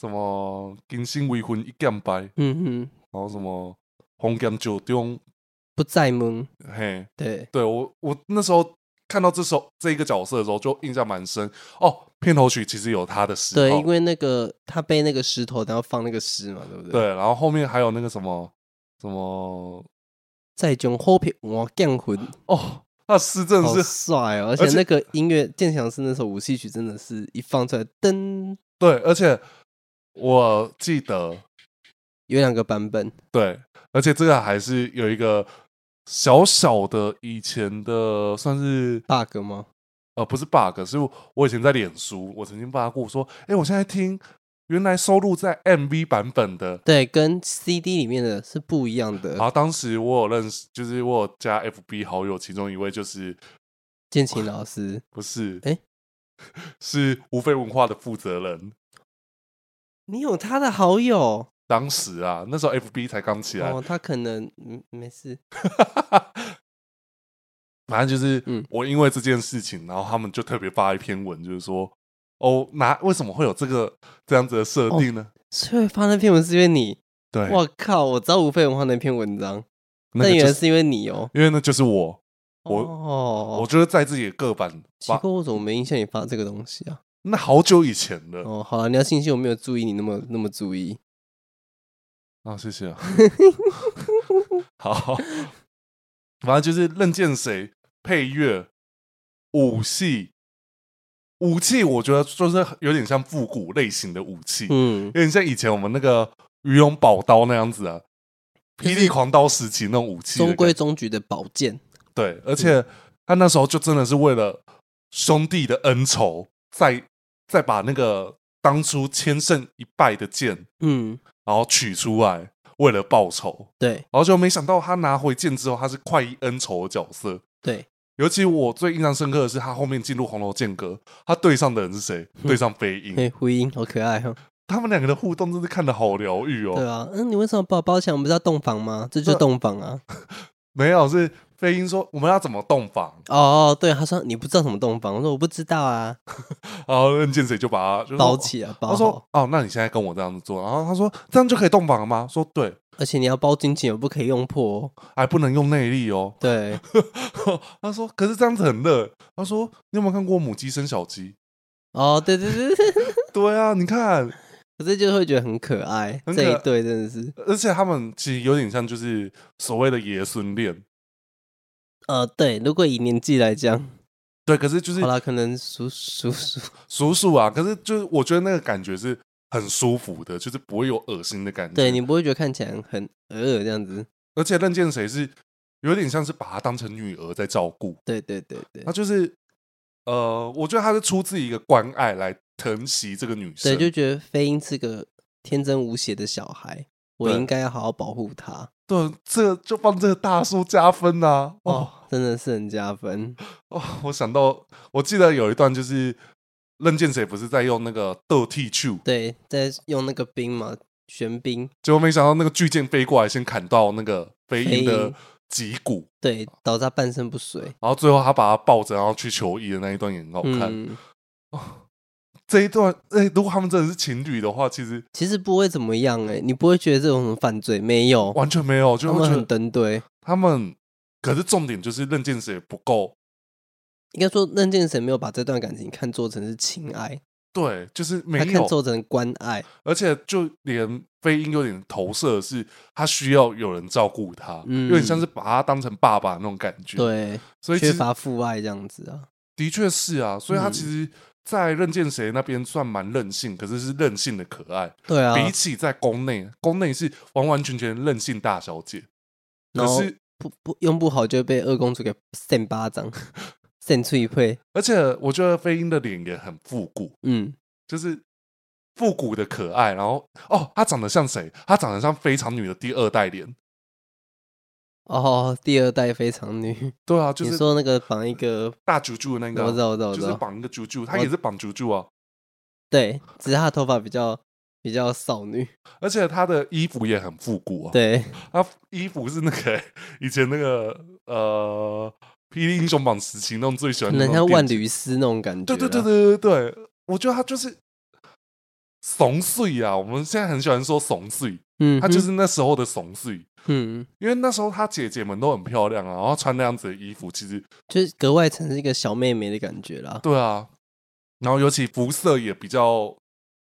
[SPEAKER 1] 什么金星未婚一剑白，然
[SPEAKER 2] 嗯嗯，
[SPEAKER 1] 后什么红剑九中，
[SPEAKER 2] 不在蒙，
[SPEAKER 1] 嘿，
[SPEAKER 2] 对，
[SPEAKER 1] 对我我那时候看到这首这一个角色的时候就印象蛮深哦。片头曲其实有他的诗，
[SPEAKER 2] 对，因为那个他背那个石头，然后放那个石嘛，对不对？，
[SPEAKER 1] 对，然后后面还有那个什么什么
[SPEAKER 2] 再将后片我 降魂，
[SPEAKER 1] 哦，那诗真
[SPEAKER 2] 好
[SPEAKER 1] 的是
[SPEAKER 2] 帅哦！而
[SPEAKER 1] 而
[SPEAKER 2] 且
[SPEAKER 1] 且
[SPEAKER 2] 那个音乐《剑强是那首武器曲真的是一放出来，噔，
[SPEAKER 1] 对，而且我记得
[SPEAKER 2] 有两个版本，
[SPEAKER 1] 对，而且这个还是有一个小小的以前的，算是
[SPEAKER 2] bug 吗？
[SPEAKER 1] 呃不是 bug，是我以前在脸书，我曾经发过说，哎，我现在听原来收录在 MV 版本的。
[SPEAKER 2] 对，跟 CD 里面的是不一样
[SPEAKER 1] 然
[SPEAKER 2] 的。
[SPEAKER 1] 后当时我有认识，就是我有加 FB 好友，其中一位就是
[SPEAKER 2] 建琴老师，
[SPEAKER 1] 不是
[SPEAKER 2] 诶
[SPEAKER 1] 是无非文化的负责人。
[SPEAKER 2] 你有他的好友
[SPEAKER 1] 当时啊，那时候 FB 才刚起来，
[SPEAKER 2] 哦，他可能嗯没事，
[SPEAKER 1] 反正就是，
[SPEAKER 2] 嗯
[SPEAKER 1] 我因为这件事情，然后他们就特别发一篇文，就是说，哦，拿为什么会有这个这样子的设
[SPEAKER 2] 哦
[SPEAKER 1] 定呢？
[SPEAKER 2] 所以发那篇文是因为你，
[SPEAKER 1] 对，
[SPEAKER 2] 我靠，我知道无非文化那篇文章，
[SPEAKER 1] 那
[SPEAKER 2] 但
[SPEAKER 1] 个
[SPEAKER 2] 原
[SPEAKER 1] 就
[SPEAKER 2] 来
[SPEAKER 1] 是
[SPEAKER 2] 是因为你哦。
[SPEAKER 1] 因为那就是我，我我
[SPEAKER 2] 哦，
[SPEAKER 1] 就是在自己的个版
[SPEAKER 2] 奇
[SPEAKER 1] 发，
[SPEAKER 2] 怪，我怎么没印象你发这个东西啊？
[SPEAKER 1] 那好久以前了
[SPEAKER 2] 哦，好了，你要庆幸我没有注意你那么那么注意。
[SPEAKER 1] 啊，谢谢啊， 好，反正就是任见谁配乐、武器、武器，我觉得就是有点像复古类型的武器，
[SPEAKER 2] 嗯，
[SPEAKER 1] 有点像以前我们那个鱼龙宝刀那样子啊，霹雳狂刀时期那种武器的
[SPEAKER 2] 中
[SPEAKER 1] 感觉，
[SPEAKER 2] 规嗯中矩的宝剑。
[SPEAKER 1] 对，而且他那时候就真的是为了兄弟的恩仇，再再把那个当初千胜一败的剑，
[SPEAKER 2] 嗯，
[SPEAKER 1] 然后取出来，为了报仇，
[SPEAKER 2] 对
[SPEAKER 1] 然后就没想到他拿回剑之后，他是快意恩仇的角色。
[SPEAKER 2] 对，
[SPEAKER 1] 尤其我最印象深刻的是，他后面进入红楼剑阁，他对上的人是谁？
[SPEAKER 2] 嗯
[SPEAKER 1] 对上飞鹰，
[SPEAKER 2] 嘿，回音好可爱哈、
[SPEAKER 1] 他们两个的互动真是看的好疗愈哦。
[SPEAKER 2] 对啊，嗯，你为什么把我包起来？我们不是要洞房吗？这就是
[SPEAKER 1] 对
[SPEAKER 2] 洞房啊。
[SPEAKER 1] 没有，是飞鹰说我们要怎么洞房，
[SPEAKER 2] 哦，对，他说你不知道什么洞房，我说我不知道啊，
[SPEAKER 1] 然后任剑谁就把他就说
[SPEAKER 2] 包。起啊来，
[SPEAKER 1] 他
[SPEAKER 2] 包好
[SPEAKER 1] 说：“哦，那你现在跟我这样子做，然后他说这样就可以洞房了吗？”说：“对，
[SPEAKER 2] 而且你要包紧紧，我不可以用破、哦。
[SPEAKER 1] 还啊不能用内力哦。
[SPEAKER 2] 对，”
[SPEAKER 1] 他说：“可是这样子很热。”他说：“你有没有看过母鸡生小鸡
[SPEAKER 2] 哦，对对对对，？”
[SPEAKER 1] 对啊，你看，
[SPEAKER 2] 可是就会觉得很可爱，
[SPEAKER 1] 很可
[SPEAKER 2] 这一对真的是，
[SPEAKER 1] 而且他们其实有点像就是所谓的爷孙恋，
[SPEAKER 2] 呃，对，如果以年纪来讲，
[SPEAKER 1] 嗯对。可是就是
[SPEAKER 2] 好啦，可能叔叔叔，
[SPEAKER 1] 叔叔啊，可是就是我觉得那个感觉是很舒服的，就是不会有恶心的感觉。
[SPEAKER 2] 对你，不会觉得看起来很呃这样子，
[SPEAKER 1] 而且任剑谁是有点像是把她当成女儿在照顾，
[SPEAKER 2] 对对对对
[SPEAKER 1] 他，就是呃，我觉得他是出自一个关爱来疼惜这个女
[SPEAKER 2] 对，
[SPEAKER 1] 生，
[SPEAKER 2] 就觉得飞鹰是个天真无邪的小孩，我
[SPEAKER 1] 对
[SPEAKER 2] 应该要好好保护他。
[SPEAKER 1] 对，这就帮这个大叔加分呐、哦
[SPEAKER 2] 哦，真的是很加分。
[SPEAKER 1] 哦，我想到，我记得有一段就是任剑谁不是在用那个斗剃去，
[SPEAKER 2] 对，在用那个冰嘛，玄冰，
[SPEAKER 1] 结果没想到那个巨剑飞过来，先砍到那个飞鹰
[SPEAKER 2] 飞
[SPEAKER 1] 的
[SPEAKER 2] 鹰
[SPEAKER 1] 脊骨，
[SPEAKER 2] 对，导致他半身不遂。
[SPEAKER 1] 然后最后他把他抱着，然后去求医的那一段也很好看。
[SPEAKER 2] 嗯，
[SPEAKER 1] 这一段，哎、如果他们真的是情侣的话，其实
[SPEAKER 2] 其实不会怎么样哎、你不会觉得这种什么犯罪没有，
[SPEAKER 1] 完全没有，
[SPEAKER 2] 他
[SPEAKER 1] 就会
[SPEAKER 2] 们
[SPEAKER 1] 觉
[SPEAKER 2] 很
[SPEAKER 1] 得
[SPEAKER 2] 登对。
[SPEAKER 1] 他们。可是重点就是任剑谁不够
[SPEAKER 2] 应该说，任剑神没有把这段感情看作成是情爱，
[SPEAKER 1] 对，就是没
[SPEAKER 2] 他看
[SPEAKER 1] 有，
[SPEAKER 2] 作成关爱。
[SPEAKER 1] 而且就连飞鹰有点投射的是，他需要有人照顾他，
[SPEAKER 2] 嗯
[SPEAKER 1] 有点像是把他当成爸爸那种感觉。，
[SPEAKER 2] 对，
[SPEAKER 1] 所以其
[SPEAKER 2] 缺
[SPEAKER 1] 实
[SPEAKER 2] 乏父爱这样子啊。
[SPEAKER 1] 的确是啊，所以他
[SPEAKER 2] 嗯
[SPEAKER 1] 其实，在任剑谁那边算蛮任性，可是是任性的可爱。
[SPEAKER 2] 对啊，
[SPEAKER 1] 比起在宫内，宫内是完完全全任性大小姐，
[SPEAKER 2] 然
[SPEAKER 1] 可
[SPEAKER 2] 后
[SPEAKER 1] 是
[SPEAKER 2] 不不用不好就会被二公主给扇巴掌， 扇脆配。
[SPEAKER 1] 而且我觉得飞鹰的脸也很复古，
[SPEAKER 2] 嗯，
[SPEAKER 1] 就是复古的可爱。然后哦，她长得像谁？她长得像非常女的第二代脸。
[SPEAKER 2] 哦，第二代非常女，
[SPEAKER 1] 对啊，就
[SPEAKER 2] 你
[SPEAKER 1] 是
[SPEAKER 2] 说那个绑一个，
[SPEAKER 1] 大啾啾的那个啊，
[SPEAKER 2] 我知道，我知道，我知
[SPEAKER 1] 就是
[SPEAKER 2] 道，
[SPEAKER 1] 绑一个啾啾，她也是绑啾啾啊。
[SPEAKER 2] 对，只是她头发比较比较少女，
[SPEAKER 1] 而且她的衣服也很复古啊，
[SPEAKER 2] 对，
[SPEAKER 1] 她衣服是那个 以前那个呃《霹雳英雄榜》时期那种最喜欢的
[SPEAKER 2] 人
[SPEAKER 1] 那
[SPEAKER 2] 家
[SPEAKER 1] 种
[SPEAKER 2] 万
[SPEAKER 1] 电竞，
[SPEAKER 2] 缕丝那种感觉，
[SPEAKER 1] 对对对，对对对，我觉得她就是怂碎啊，我们现在很喜欢说怂碎，
[SPEAKER 2] 嗯哼，
[SPEAKER 1] 她就是那时候的怂碎，
[SPEAKER 2] 嗯，
[SPEAKER 1] 因为那时候她姐姐们都很漂亮啊，然后穿那样子的衣服，其实
[SPEAKER 2] 就是格外呈现一个小妹妹的感觉啦。
[SPEAKER 1] 对啊，然后尤其肤色也比较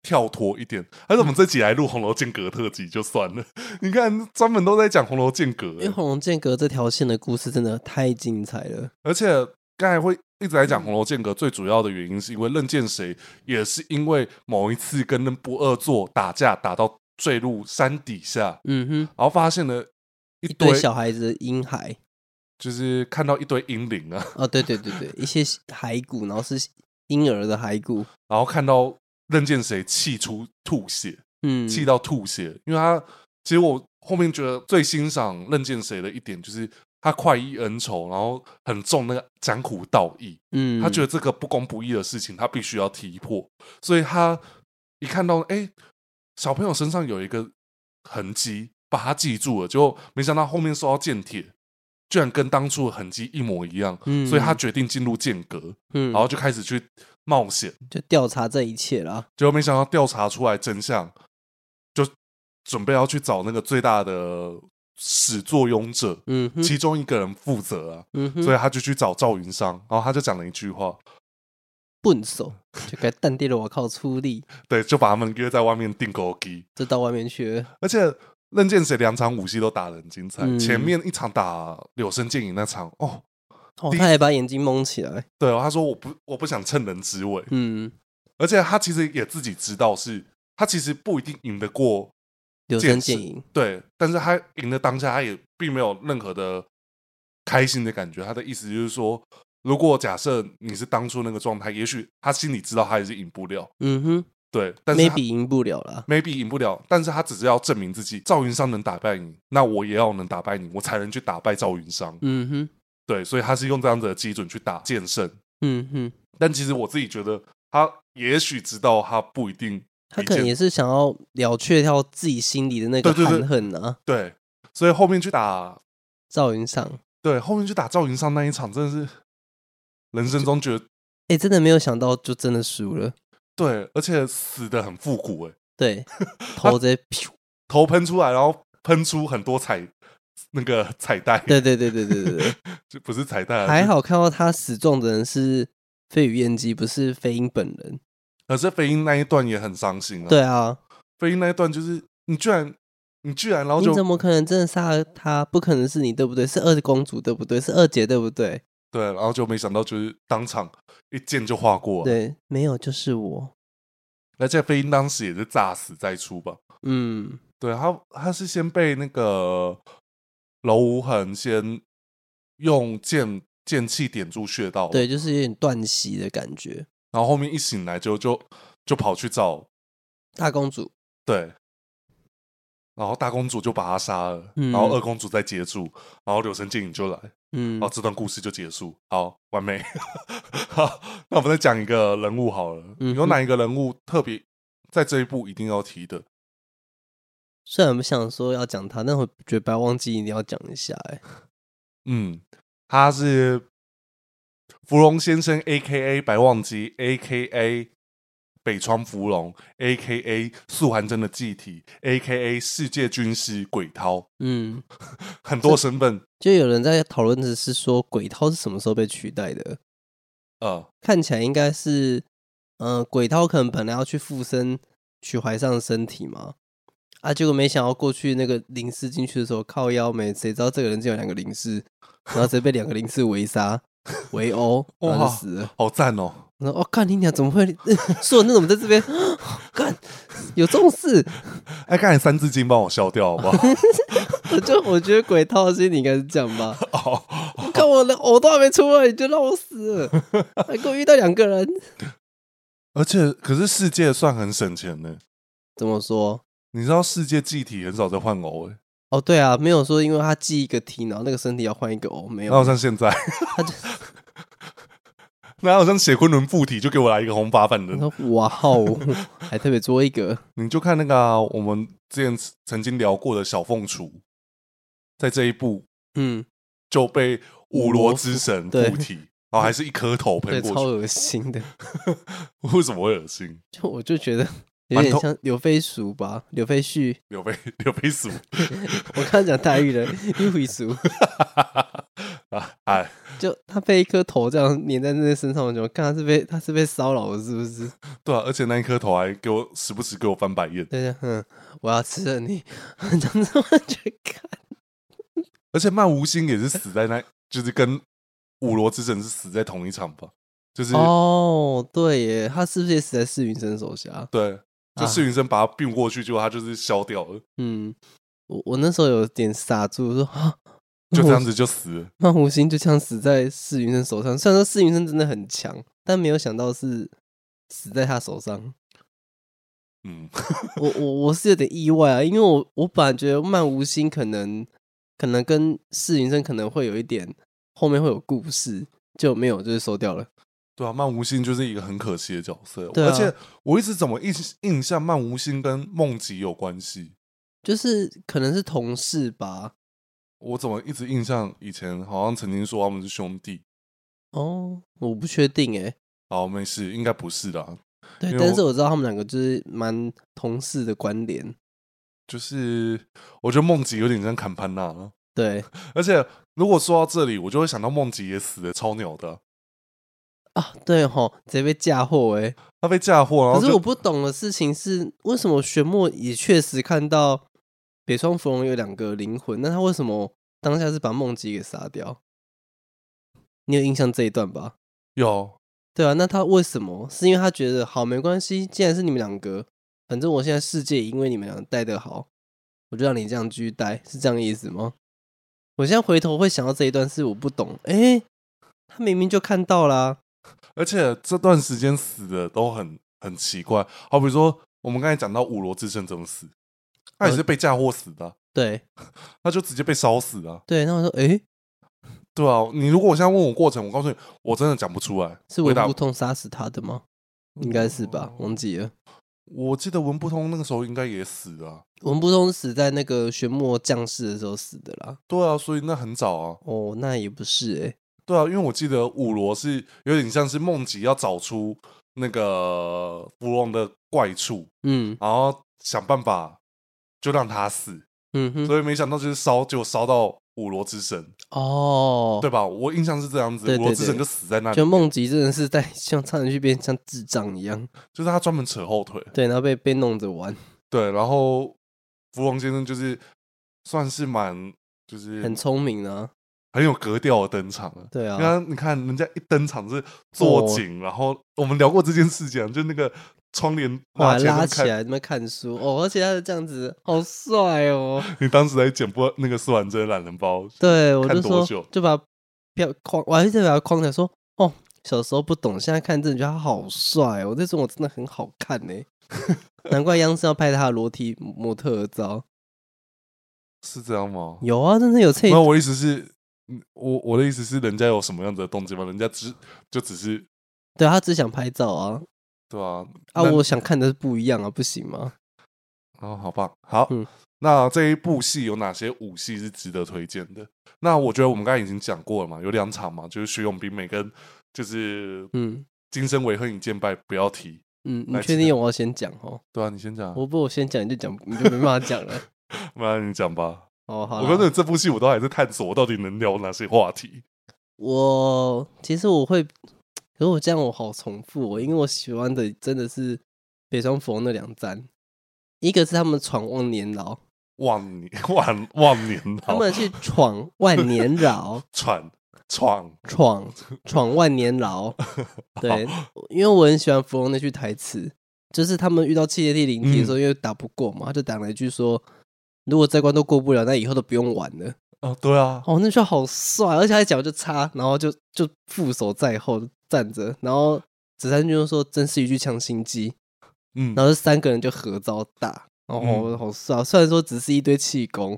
[SPEAKER 1] 跳脱一点。还是我们这集来录《红楼剑阁》特辑就算了， 你看专门都在讲《红楼剑阁
[SPEAKER 2] 因》为
[SPEAKER 1] 欸，
[SPEAKER 2] 红龙剑阁这条线的故事真的太精彩了，
[SPEAKER 1] 而且刚才会一直在
[SPEAKER 2] 嗯
[SPEAKER 1] 讲《红楼剑阁》，最主要的原因是因为任剑谁也是因为某一次跟任不二座打架，打到坠入山底下，
[SPEAKER 2] 嗯哼，
[SPEAKER 1] 然后发现了一
[SPEAKER 2] 一
[SPEAKER 1] 堆
[SPEAKER 2] 堆小孩子的婴孩，
[SPEAKER 1] 就是看到一堆婴灵啊，
[SPEAKER 2] 哦，对对对对，一些骸骨，然后是婴儿的骸骨，
[SPEAKER 1] 然后看到任剑谁气出吐血，
[SPEAKER 2] 嗯，
[SPEAKER 1] 气到吐血，因为他其实我后面觉得最欣赏任剑谁的一点就是他快意恩仇，然后很重那个江湖道义，
[SPEAKER 2] 嗯，
[SPEAKER 1] 他觉得这个不公不义的事情他必须要踢破，所以他一看到哎、诶小朋友身上有一个痕迹，把他记住了，就没想到后面收到间帖。居然跟当初的痕迹一模一样，
[SPEAKER 2] 嗯
[SPEAKER 1] 所以他决定进入间阁，
[SPEAKER 2] 嗯，
[SPEAKER 1] 然后就开始去冒险。
[SPEAKER 2] 就调查这一切啦。
[SPEAKER 1] 结果没想到调查出来真相，就准备要去找那个最大的始作俑者，
[SPEAKER 2] 嗯哼，
[SPEAKER 1] 其中一个人负责啊，
[SPEAKER 2] 嗯哼，
[SPEAKER 1] 所以他就去找赵云商，然后他就讲了一句话，
[SPEAKER 2] 笨手就该淡定了，我靠，出力
[SPEAKER 1] 对，就把他们约在外面订狗鸡，
[SPEAKER 2] 就到外面去了。
[SPEAKER 1] 而且任剑谁两场武戏都打得很精彩，
[SPEAKER 2] 嗯
[SPEAKER 1] 前面一场打柳生剑影那场，哦，
[SPEAKER 2] 哦，
[SPEAKER 1] 第一
[SPEAKER 2] 他还把眼睛蒙起来。
[SPEAKER 1] 对哦，他说我不我不想趁人之危，
[SPEAKER 2] 嗯，
[SPEAKER 1] 而且他其实也自己知道是，他其实不一定赢得过
[SPEAKER 2] 柳
[SPEAKER 1] 见
[SPEAKER 2] 生
[SPEAKER 1] 识
[SPEAKER 2] 剑影，
[SPEAKER 1] 对，但是他赢的当下，他也并没有任何的开心的感觉。他的意思就是说，如果假设你是当初那个状态，也许他心里知道他也是赢不了，
[SPEAKER 2] 嗯哼
[SPEAKER 1] 对，但是他
[SPEAKER 2] ，maybe 赢不了啦。
[SPEAKER 1] maybe 赢不了，但是他只是要证明自己，赵云商能打败你，那我也要能打败你，我才能去打败赵云商。
[SPEAKER 2] 嗯哼，
[SPEAKER 1] 对，所以他是用这样子的基准去打剑圣。
[SPEAKER 2] 嗯哼，
[SPEAKER 1] 但其实我自己觉得，他也许知道他不一定，
[SPEAKER 2] 他可能也是想要了却掉自己心里的那个
[SPEAKER 1] 对对对
[SPEAKER 2] 含恨啊。
[SPEAKER 1] 对，所以后面去打
[SPEAKER 2] 赵云上，
[SPEAKER 1] 对，后面去打赵云上那一场，真的是人生中觉得
[SPEAKER 2] 哎，真的没有想到，就真的输了。
[SPEAKER 1] 对，而且死的很复古哎、
[SPEAKER 2] 对，头直接噗，
[SPEAKER 1] 头喷出来，然后喷出很多彩那个彩带，
[SPEAKER 2] 对对对对对对对，
[SPEAKER 1] 就不是彩带，啊
[SPEAKER 2] 还
[SPEAKER 1] 是，
[SPEAKER 2] 好看到他死状的人是飞羽燕姬，不是飞鹰本人。
[SPEAKER 1] 可是飞鹰那一段也很伤心啊。
[SPEAKER 2] 对，啊，
[SPEAKER 1] 飞鹰那一段就是你居然你居然，然后
[SPEAKER 2] 你
[SPEAKER 1] 就
[SPEAKER 2] 怎么可能真的杀了他？不可能是你，对不对？是二公主，对不对？是二姐，对不对？
[SPEAKER 1] 对，然后就没想到就是当场一剑就划过、啊，
[SPEAKER 2] 对，没有，就是我。
[SPEAKER 1] 而且飞鹰当时也是炸死再出吧。
[SPEAKER 2] 嗯，
[SPEAKER 1] 对他，他是先被那个楼无痕先用剑剑气点住穴道，
[SPEAKER 2] 对，，就是有点断息的感觉。
[SPEAKER 1] 然后后面一醒来就就就跑去找
[SPEAKER 2] 大公主，
[SPEAKER 1] 对，然后大公主就把他杀了，
[SPEAKER 2] 嗯
[SPEAKER 1] 然后二公主再接住，然后柳生剑影就来，
[SPEAKER 2] 嗯
[SPEAKER 1] 然哦后，这段故事就结束，好完美。 好，那我们再讲一个人物好了，
[SPEAKER 2] 嗯
[SPEAKER 1] 有哪一个人物特别在这一部一定要提的？
[SPEAKER 2] 虽然不想说要讲她，但我觉得不要忘记一定要讲一下、哎，
[SPEAKER 1] 嗯，他是芙蓉先生 （A K A 白忘机 ），A K A 北川芙蓉，A K A 素还真的祭体，A K A 世界军师鬼涛，
[SPEAKER 2] 嗯，
[SPEAKER 1] 很多身份。
[SPEAKER 2] 就有人在讨论的是说，鬼涛是什么时候被取代的？
[SPEAKER 1] 呃，
[SPEAKER 2] 看起来应该是，嗯、鬼涛可能本来要去附身取怀上的身体嘛，啊，结果没想到过去那个灵师进去的时候靠腰没，谁知道这个人竟有两个灵师，然后直接被两个灵师围杀围殴，然后就
[SPEAKER 1] 哇
[SPEAKER 2] 死了。
[SPEAKER 1] 好赞哦！
[SPEAKER 2] 我说：“哦，看你俩怎么会 说那怎么在这边？ 干有这种事？
[SPEAKER 1] 哎，刚才三字经帮我消掉好不好？
[SPEAKER 2] 我就我觉得鬼套的事情你应该是这样吧？
[SPEAKER 1] 哦，
[SPEAKER 2] 我看我的呕都还没出来，你就让我死了，还给我遇到两个人，
[SPEAKER 1] 而且可是世界算很省钱呢。
[SPEAKER 2] 怎么说？
[SPEAKER 1] 你知道世界计体很少在换偶诶、欸
[SPEAKER 2] 哦，对啊，没有说因为他记一个题，然后那个身体要换一个哦，没
[SPEAKER 1] 哪有
[SPEAKER 2] 有，
[SPEAKER 1] 像现在？
[SPEAKER 2] 他就
[SPEAKER 1] 哪有像写昆仑附体就给我来一个红发犯
[SPEAKER 2] 我
[SPEAKER 1] 人？
[SPEAKER 2] 说哇哦，还特别做一个，
[SPEAKER 1] 你就看那个啊、我们之前曾经聊过的小凤雏，在这一部
[SPEAKER 2] 嗯，
[SPEAKER 1] 就被五罗之神
[SPEAKER 2] 对
[SPEAKER 1] 附体，然后还是一颗头
[SPEAKER 2] 对，
[SPEAKER 1] 喷
[SPEAKER 2] 超
[SPEAKER 1] 过
[SPEAKER 2] 恶心的，
[SPEAKER 1] 去，为什么会恶心？
[SPEAKER 2] 就我就觉得有
[SPEAKER 1] 馒
[SPEAKER 2] 点
[SPEAKER 1] 头
[SPEAKER 2] 像刘飞鼠吧，刘飞絮，
[SPEAKER 1] 刘备刘备死
[SPEAKER 2] 我刚刚讲大玉人，一回鼠，
[SPEAKER 1] 啊！哎，
[SPEAKER 2] 就他被一颗头这样粘在那个身上，我就看他是被他是被骚扰了，是不是？
[SPEAKER 1] 对啊，而且那一颗头还给我时不时给我翻白眼，
[SPEAKER 2] 对对，嗯，我要吃了你， 这样子我就看，
[SPEAKER 1] 而且漫无心也是死在那，就是跟五罗之神是死在同一场吧，就是、
[SPEAKER 2] 哦，对耶，他是不是也死在释云生手下？
[SPEAKER 1] 对，
[SPEAKER 2] 啊
[SPEAKER 1] 就释云生把他并过去，结果他就是消掉了，
[SPEAKER 2] 嗯，我我那时候有点傻住，我说啊，
[SPEAKER 1] 就这样子就死了。
[SPEAKER 2] 那胡心就这样死在释云生手上。虽然说释云生真的很强，但没有想到是死在他手上。
[SPEAKER 1] 嗯，
[SPEAKER 2] 我我我是有点意外啊，因为我我本来觉得漫无心可能可能跟释云生可能会有一点后面会有故事，就没有就是收掉了。
[SPEAKER 1] 对啊，漫无心就是一个很可惜的角色，
[SPEAKER 2] 对啊
[SPEAKER 1] 而且我一直怎么印印象漫无心跟梦吉有关系，
[SPEAKER 2] 就是可能是同事吧，
[SPEAKER 1] 我怎么一直印象以前好像曾经说他们是兄弟，
[SPEAKER 2] 哦，我不确定诶、
[SPEAKER 1] 好没事，应该不是啦，
[SPEAKER 2] 对
[SPEAKER 1] 因，为
[SPEAKER 2] 但
[SPEAKER 1] 我
[SPEAKER 2] 是我知道他们两个就是蛮同事的关联，
[SPEAKER 1] 就是我觉得梦吉有点像坎潘娜了。
[SPEAKER 2] 对
[SPEAKER 1] 而且如果说到这里，我就会想到梦吉也死的超牛的，
[SPEAKER 2] 啊，对吼，直接被嫁祸诶、
[SPEAKER 1] 他被嫁祸，然后
[SPEAKER 2] 可是
[SPEAKER 1] 哦就
[SPEAKER 2] 我不懂的事情是，为什么玄墨也确实看到北双芙蓉有两个灵魂，那他为什么当下是把梦姬给杀掉？你有印象这一段吧？
[SPEAKER 1] 有
[SPEAKER 2] 对啊，那他为什么？是因为他觉得好没关系，既然是你们两个，反正我现在世界也因为你们俩待得好，我就让你这样继续待，是这样的意思吗？我现在回头会想到这一段，是我不懂。诶，他明明就看到啦、
[SPEAKER 1] 而且这段时间死的都很很奇怪，好比说我们刚才讲到五罗之神怎么死，他
[SPEAKER 2] 呃
[SPEAKER 1] 也是被嫁祸死的啊、
[SPEAKER 2] 对
[SPEAKER 1] 他就直接被烧死啊，
[SPEAKER 2] 对，那我说，诶，
[SPEAKER 1] 对啊，你如果现在问我过程，我告诉你，我真的讲不出来，
[SPEAKER 2] 是
[SPEAKER 1] 回
[SPEAKER 2] 文
[SPEAKER 1] 答
[SPEAKER 2] 不通杀死他的吗？应该是吧，
[SPEAKER 1] 我
[SPEAKER 2] 忘记了。
[SPEAKER 1] 我记得文不通那个时候应该也死了啊、
[SPEAKER 2] 文不通死在那个玄墨降世的时候死的啦。
[SPEAKER 1] 对啊，所以那很早啊，
[SPEAKER 2] 哦，那也不是诶、
[SPEAKER 1] 对啊，因为我记得五罗是有点像是梦吉要找出那个芙蓉的怪处，
[SPEAKER 2] 嗯
[SPEAKER 1] 然后想办法就让他死，
[SPEAKER 2] 嗯哼，
[SPEAKER 1] 所以没想到就是烧，就烧到五罗之神，
[SPEAKER 2] 哦，
[SPEAKER 1] 对吧？我印象是这样子
[SPEAKER 2] 对，
[SPEAKER 1] 五
[SPEAKER 2] 对
[SPEAKER 1] 罗之神
[SPEAKER 2] 对
[SPEAKER 1] 就死在那里，
[SPEAKER 2] 就梦吉真的是在像差点去变像智障 一样，
[SPEAKER 1] 就是他专门扯后腿，
[SPEAKER 2] 对，然后被被弄着玩，
[SPEAKER 1] 对，然后芙蓉先生就是算是蛮就是
[SPEAKER 2] 很
[SPEAKER 1] 很
[SPEAKER 2] 聪明啊，
[SPEAKER 1] 有格调的登场了。
[SPEAKER 2] 对
[SPEAKER 1] 你
[SPEAKER 2] 啊，
[SPEAKER 1] 看，你看，人家一登场是坐井，然后我们聊过这件事情啊，就那个窗帘
[SPEAKER 2] 哇，
[SPEAKER 1] 拉起来
[SPEAKER 2] 拉
[SPEAKER 1] 那么
[SPEAKER 2] 起
[SPEAKER 1] 看，
[SPEAKER 2] 来那边看书哦，而且他是这样子，好帅 哦，
[SPEAKER 1] 你当时在剪播那个苏完真的懒人包，
[SPEAKER 2] 对我就
[SPEAKER 1] 看多
[SPEAKER 2] 说
[SPEAKER 1] 久
[SPEAKER 2] 就把他票框，我还是把他框起来说，哦，小时候不懂，现在看真的觉得他好帅哦，这种我真的很好看 呢、难怪央视要拍他的裸体模特儿照，
[SPEAKER 1] 是这样吗？
[SPEAKER 2] 有啊，真的有这一
[SPEAKER 1] 没有，我的意思是，嗯我我的意思是，人家有什么样子的动机吗？人家只就只是
[SPEAKER 2] 对他只想拍照啊
[SPEAKER 1] 对啊
[SPEAKER 2] 啊，
[SPEAKER 1] 那
[SPEAKER 2] 我想看的是不一样啊，不行吗？
[SPEAKER 1] 哦，好棒，好。
[SPEAKER 2] 嗯
[SPEAKER 1] 那这一部戏有哪些武戏是值得推荐的？那我觉得我们刚才已经讲过了嘛，有两场嘛，就是徐永斌每跟就是
[SPEAKER 2] 嗯
[SPEAKER 1] 今生唯恨一见败，不要提。
[SPEAKER 2] 嗯，你
[SPEAKER 1] 来
[SPEAKER 2] 确
[SPEAKER 1] 自
[SPEAKER 2] 定我要先讲哦？
[SPEAKER 1] 对啊，你先讲啊，
[SPEAKER 2] 我不，我先讲你就讲， 你就没办法讲了。
[SPEAKER 1] 不然你讲吧。
[SPEAKER 2] 哦，好
[SPEAKER 1] 我
[SPEAKER 2] 啦，
[SPEAKER 1] 跟你这部戏我都还在探索，我到底能聊哪些话题。
[SPEAKER 2] 我其实我会，可是我这样我好重复、哦，因为我喜欢的真的是北双佛那两站，一个是他们闯万年牢，
[SPEAKER 1] 忘年 忘忘年
[SPEAKER 2] 他
[SPEAKER 1] 老
[SPEAKER 2] 们去闯万年牢，
[SPEAKER 1] 喘闯，
[SPEAKER 2] 闯闯万年牢。对，因为我很喜欢芙蓉那句台词，就是他们遇到气阶地灵体的时候，因为打不过嘛，他就打了一句说：“如果这关都过不了，那以后都不用玩了。
[SPEAKER 1] 哦，对啊，
[SPEAKER 2] 哦，那时候好帅，而且他脚就插，然后就就负手在后站着，然后子山君就说：“真是一具强心机。”
[SPEAKER 1] 嗯
[SPEAKER 2] 然后这三个人就合招打，然后好帅啊。虽然说只是一堆气功，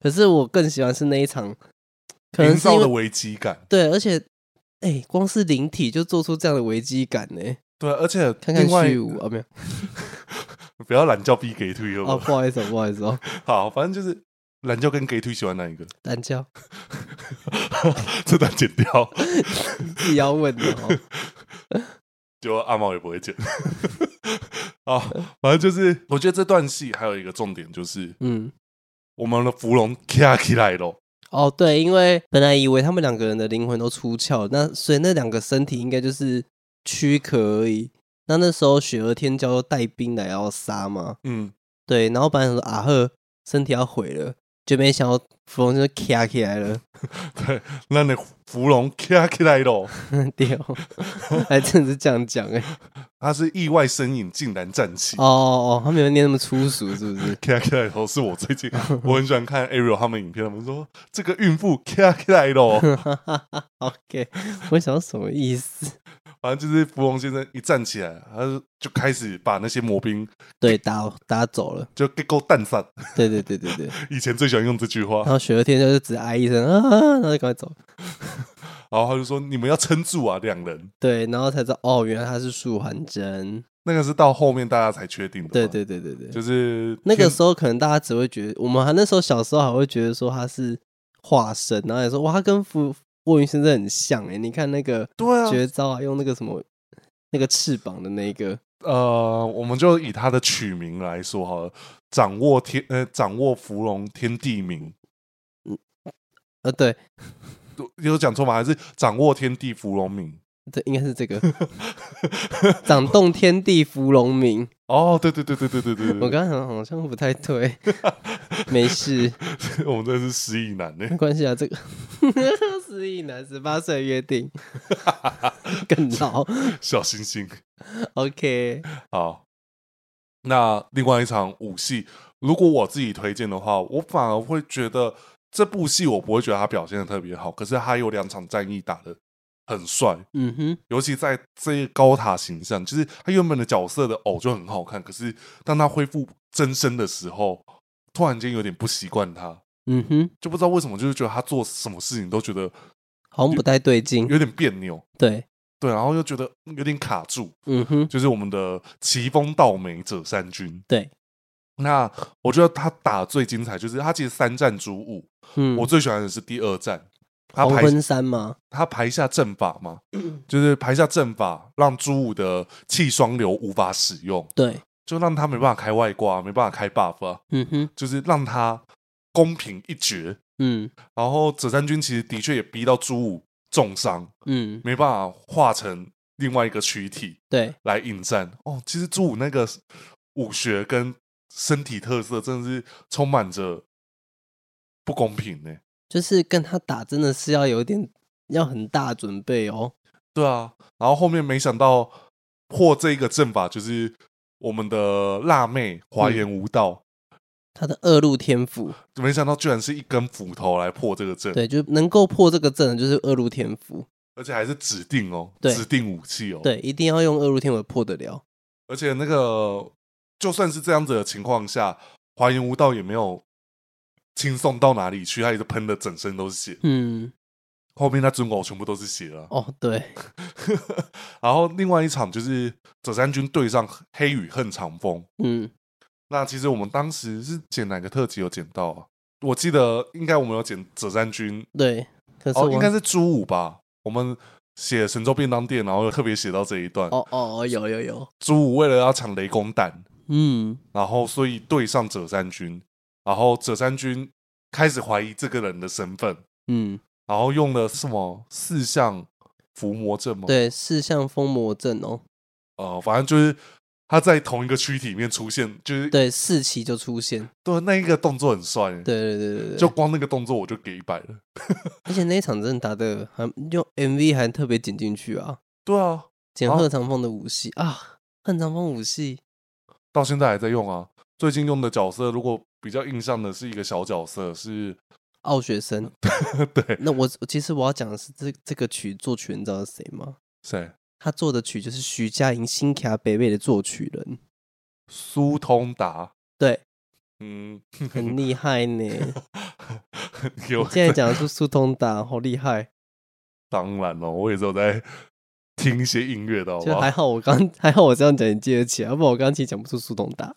[SPEAKER 2] 可是我更喜欢是那一场，可能
[SPEAKER 1] 营
[SPEAKER 2] 是
[SPEAKER 1] 造
[SPEAKER 2] 因
[SPEAKER 1] 的
[SPEAKER 2] 为
[SPEAKER 1] 危机感。
[SPEAKER 2] 对，而且哎、光是灵体就做出这样的危机感呢、
[SPEAKER 1] 对，啊而且
[SPEAKER 2] 看看
[SPEAKER 1] 另外
[SPEAKER 2] 虚无啊，没有
[SPEAKER 1] 不要懒觉逼给推
[SPEAKER 2] 啊，
[SPEAKER 1] 哦。
[SPEAKER 2] 不好意思哦，不好 意思哦，
[SPEAKER 1] 好，反正就是懒觉跟给推喜欢哪一个？
[SPEAKER 2] 单教
[SPEAKER 1] 这段剪掉，
[SPEAKER 2] 自己要问的哦，
[SPEAKER 1] 就阿毛也不会 剪。啊，反正就是，我觉得这段戏还有一个重点就是，
[SPEAKER 2] 嗯。
[SPEAKER 1] 我们的芙蓉卡起来了。
[SPEAKER 2] 哦，对，因为本来以为他们两个人的灵魂都出窍，那所以那两个身体应该就是躯壳而已。那那时候雪儿天骄带兵来要杀嘛，
[SPEAKER 1] 嗯，
[SPEAKER 2] 对，然后本来想说啊呵，身体要毁了，就没想到芙蓉就卡起来了，
[SPEAKER 1] 对，那你芙蓉卡起来了，
[SPEAKER 2] 屌，哦还真是这样讲哎、
[SPEAKER 1] 他是意外身影，竟然站起。
[SPEAKER 2] 哦哦，他没有念那么粗俗是不是？
[SPEAKER 1] 卡起来头是我最近我很喜欢看 Ariel 他们影片，他们说这个孕妇卡起来 了，
[SPEAKER 2] OK，我想什么意思？
[SPEAKER 1] 反正就是芙蓉先生一站起来，他就就开始把那些魔兵
[SPEAKER 2] 对，打打走了，
[SPEAKER 1] 就给狗蛋散。
[SPEAKER 2] 对对对对对。
[SPEAKER 1] 以前最喜欢用这句话
[SPEAKER 2] 然，后雪儿天骄就只哀一声啊，然后就赶快走。
[SPEAKER 1] 然后他就说你们要撑住啊，两人。
[SPEAKER 2] 对，然后才知道哦，原来他是素还真。
[SPEAKER 1] 那个是到后面大家才确定的，
[SPEAKER 2] 对，对对对对，
[SPEAKER 1] 啊就是
[SPEAKER 2] 那个
[SPEAKER 1] 天
[SPEAKER 2] 时候可能大家只会觉得，我们还那时候小时候还会觉得说他是化身，然后也说哇，他跟福卧云先生很像哎、你看那个
[SPEAKER 1] 对啊，
[SPEAKER 2] 绝招啊，用那个什么那个翅膀的那个，
[SPEAKER 1] 呃，我们就以他的取名来说好了，掌握天呃，掌握芙蓉天地名，
[SPEAKER 2] 呃，对
[SPEAKER 1] 都有讲错吗？还是掌握天地芙蓉名？
[SPEAKER 2] 对，应该是 这个掌动天地芙蓉鸣。
[SPEAKER 1] 哦，对对对对对对对，
[SPEAKER 2] 我刚刚想好像不 太对，没事，
[SPEAKER 1] 刚 我们真的是失忆男呢
[SPEAKER 2] 没。关系啊，这个 失忆男十八岁约定 更老。
[SPEAKER 1] 小星星。
[SPEAKER 2] OK，
[SPEAKER 1] 好，那另外一场武戏，如果我自己推荐的话，我反而会觉得这部戏我不会觉得他表现的特别好，可是他有两场战役打的很帅，
[SPEAKER 2] 嗯哼，
[SPEAKER 1] 尤其在这高塔形象，就是他原本的角色的偶就很好看，可是当他恢复真身的时候，突然间有点不习惯他，
[SPEAKER 2] 嗯哼，
[SPEAKER 1] 就不知道为什么，就是觉得他做什么事情都觉得
[SPEAKER 2] 好像不太对劲。
[SPEAKER 1] 有点别扭，
[SPEAKER 2] 对，
[SPEAKER 1] 对，然后又觉得有点卡住，
[SPEAKER 2] 嗯哼，
[SPEAKER 1] 就是我们的奇峰道美者三军。
[SPEAKER 2] 对，
[SPEAKER 1] 那我觉得他打得最精彩，就是他其实三战主五，
[SPEAKER 2] 嗯，
[SPEAKER 1] 我最喜欢的是第二战，他
[SPEAKER 2] 红
[SPEAKER 1] 排
[SPEAKER 2] 婚衫嘛，
[SPEAKER 1] 他排下阵法嘛，就是排下阵法，让朱武的气双流无法使用，
[SPEAKER 2] 对，
[SPEAKER 1] 就让他没办法开外挂，没办法开 buff，、啊、
[SPEAKER 2] 嗯哼，
[SPEAKER 1] 就是让他公平一决。
[SPEAKER 2] 嗯
[SPEAKER 1] 然后者三军其实的确也逼到朱武重伤，
[SPEAKER 2] 嗯，
[SPEAKER 1] 没办法化成另外一个躯体
[SPEAKER 2] 对，
[SPEAKER 1] 来应战。哦，其实朱武那个武学跟身体特色真的是充满着不公平呢、
[SPEAKER 2] 就是跟他打真的是要有点要很大准备哦。
[SPEAKER 1] 对啊，然后后面没想到破这个阵法就是我们的辣妹华严无道，
[SPEAKER 2] 他的恶路天赋，
[SPEAKER 1] 没想到居然是一根斧头来破这个阵，
[SPEAKER 2] 对，就能够破这个阵的就是恶路天赋，
[SPEAKER 1] 而且还是指定哦，
[SPEAKER 2] 对
[SPEAKER 1] 指定武器哦，，
[SPEAKER 2] 对，一定要用恶路天赋破得了。
[SPEAKER 1] 而且那个就算是这样子的情况下，华严无道也没有轻松到哪里去，他也是喷的整身都是血，
[SPEAKER 2] 嗯，
[SPEAKER 1] 后面那尊狗全部都是血了。
[SPEAKER 2] 哦，对，
[SPEAKER 1] 然后另外一场就是者三军对上黑羽恨长风，
[SPEAKER 2] 嗯，
[SPEAKER 1] 那其实我们当时是剪哪个特辑有剪到啊？我记得应该我们有剪者战军，
[SPEAKER 2] 对。可是
[SPEAKER 1] 哦，
[SPEAKER 2] 我
[SPEAKER 1] 应该是朱武吧？我们写神州便当店，然后有特别写到这一段。
[SPEAKER 2] 哦哦哦，有有有，
[SPEAKER 1] 朱武为了要抢雷公蛋，
[SPEAKER 2] 嗯，
[SPEAKER 1] 然后所以对上者战军，然后者战军开始怀疑这个人的身份，
[SPEAKER 2] 嗯，
[SPEAKER 1] 然后用了什么四项伏魔阵吗？，
[SPEAKER 2] 对，四象封魔阵哦，
[SPEAKER 1] 呃，反正就是他在同一个躯体里面出现，就是
[SPEAKER 2] 对，四期就出现，
[SPEAKER 1] 对那一个动作很帅，
[SPEAKER 2] 对对对对对，
[SPEAKER 1] 就光那个动作我就给一百了。
[SPEAKER 2] 而且那一场真的打的还用 MV 还特别剪进去啊，
[SPEAKER 1] 对啊，
[SPEAKER 2] 剪
[SPEAKER 1] 哦
[SPEAKER 2] 贺长风的武戏啊，贺长风武戏，
[SPEAKER 1] 到现在还在用啊。最近用的角色，如果比较印象的是一个小角色，是
[SPEAKER 2] 傲学生。
[SPEAKER 1] 对
[SPEAKER 2] 那我其实我要讲的是这这个曲作曲人，你知道是谁吗？
[SPEAKER 1] 谁？
[SPEAKER 2] 他做的曲就是徐佳莹《新卡北北》的作曲人，
[SPEAKER 1] 苏通达。
[SPEAKER 2] 对，
[SPEAKER 1] 嗯，
[SPEAKER 2] 很厉 害呢。
[SPEAKER 1] 有
[SPEAKER 2] 现在讲的是苏通 达，好厉害。
[SPEAKER 1] 当然了，我也是有在听一些音乐的，好啊不
[SPEAKER 2] 就
[SPEAKER 1] 好
[SPEAKER 2] 还？好我刚 还好我这样讲你记得起来，啊要不然我刚刚其实讲不出苏东达。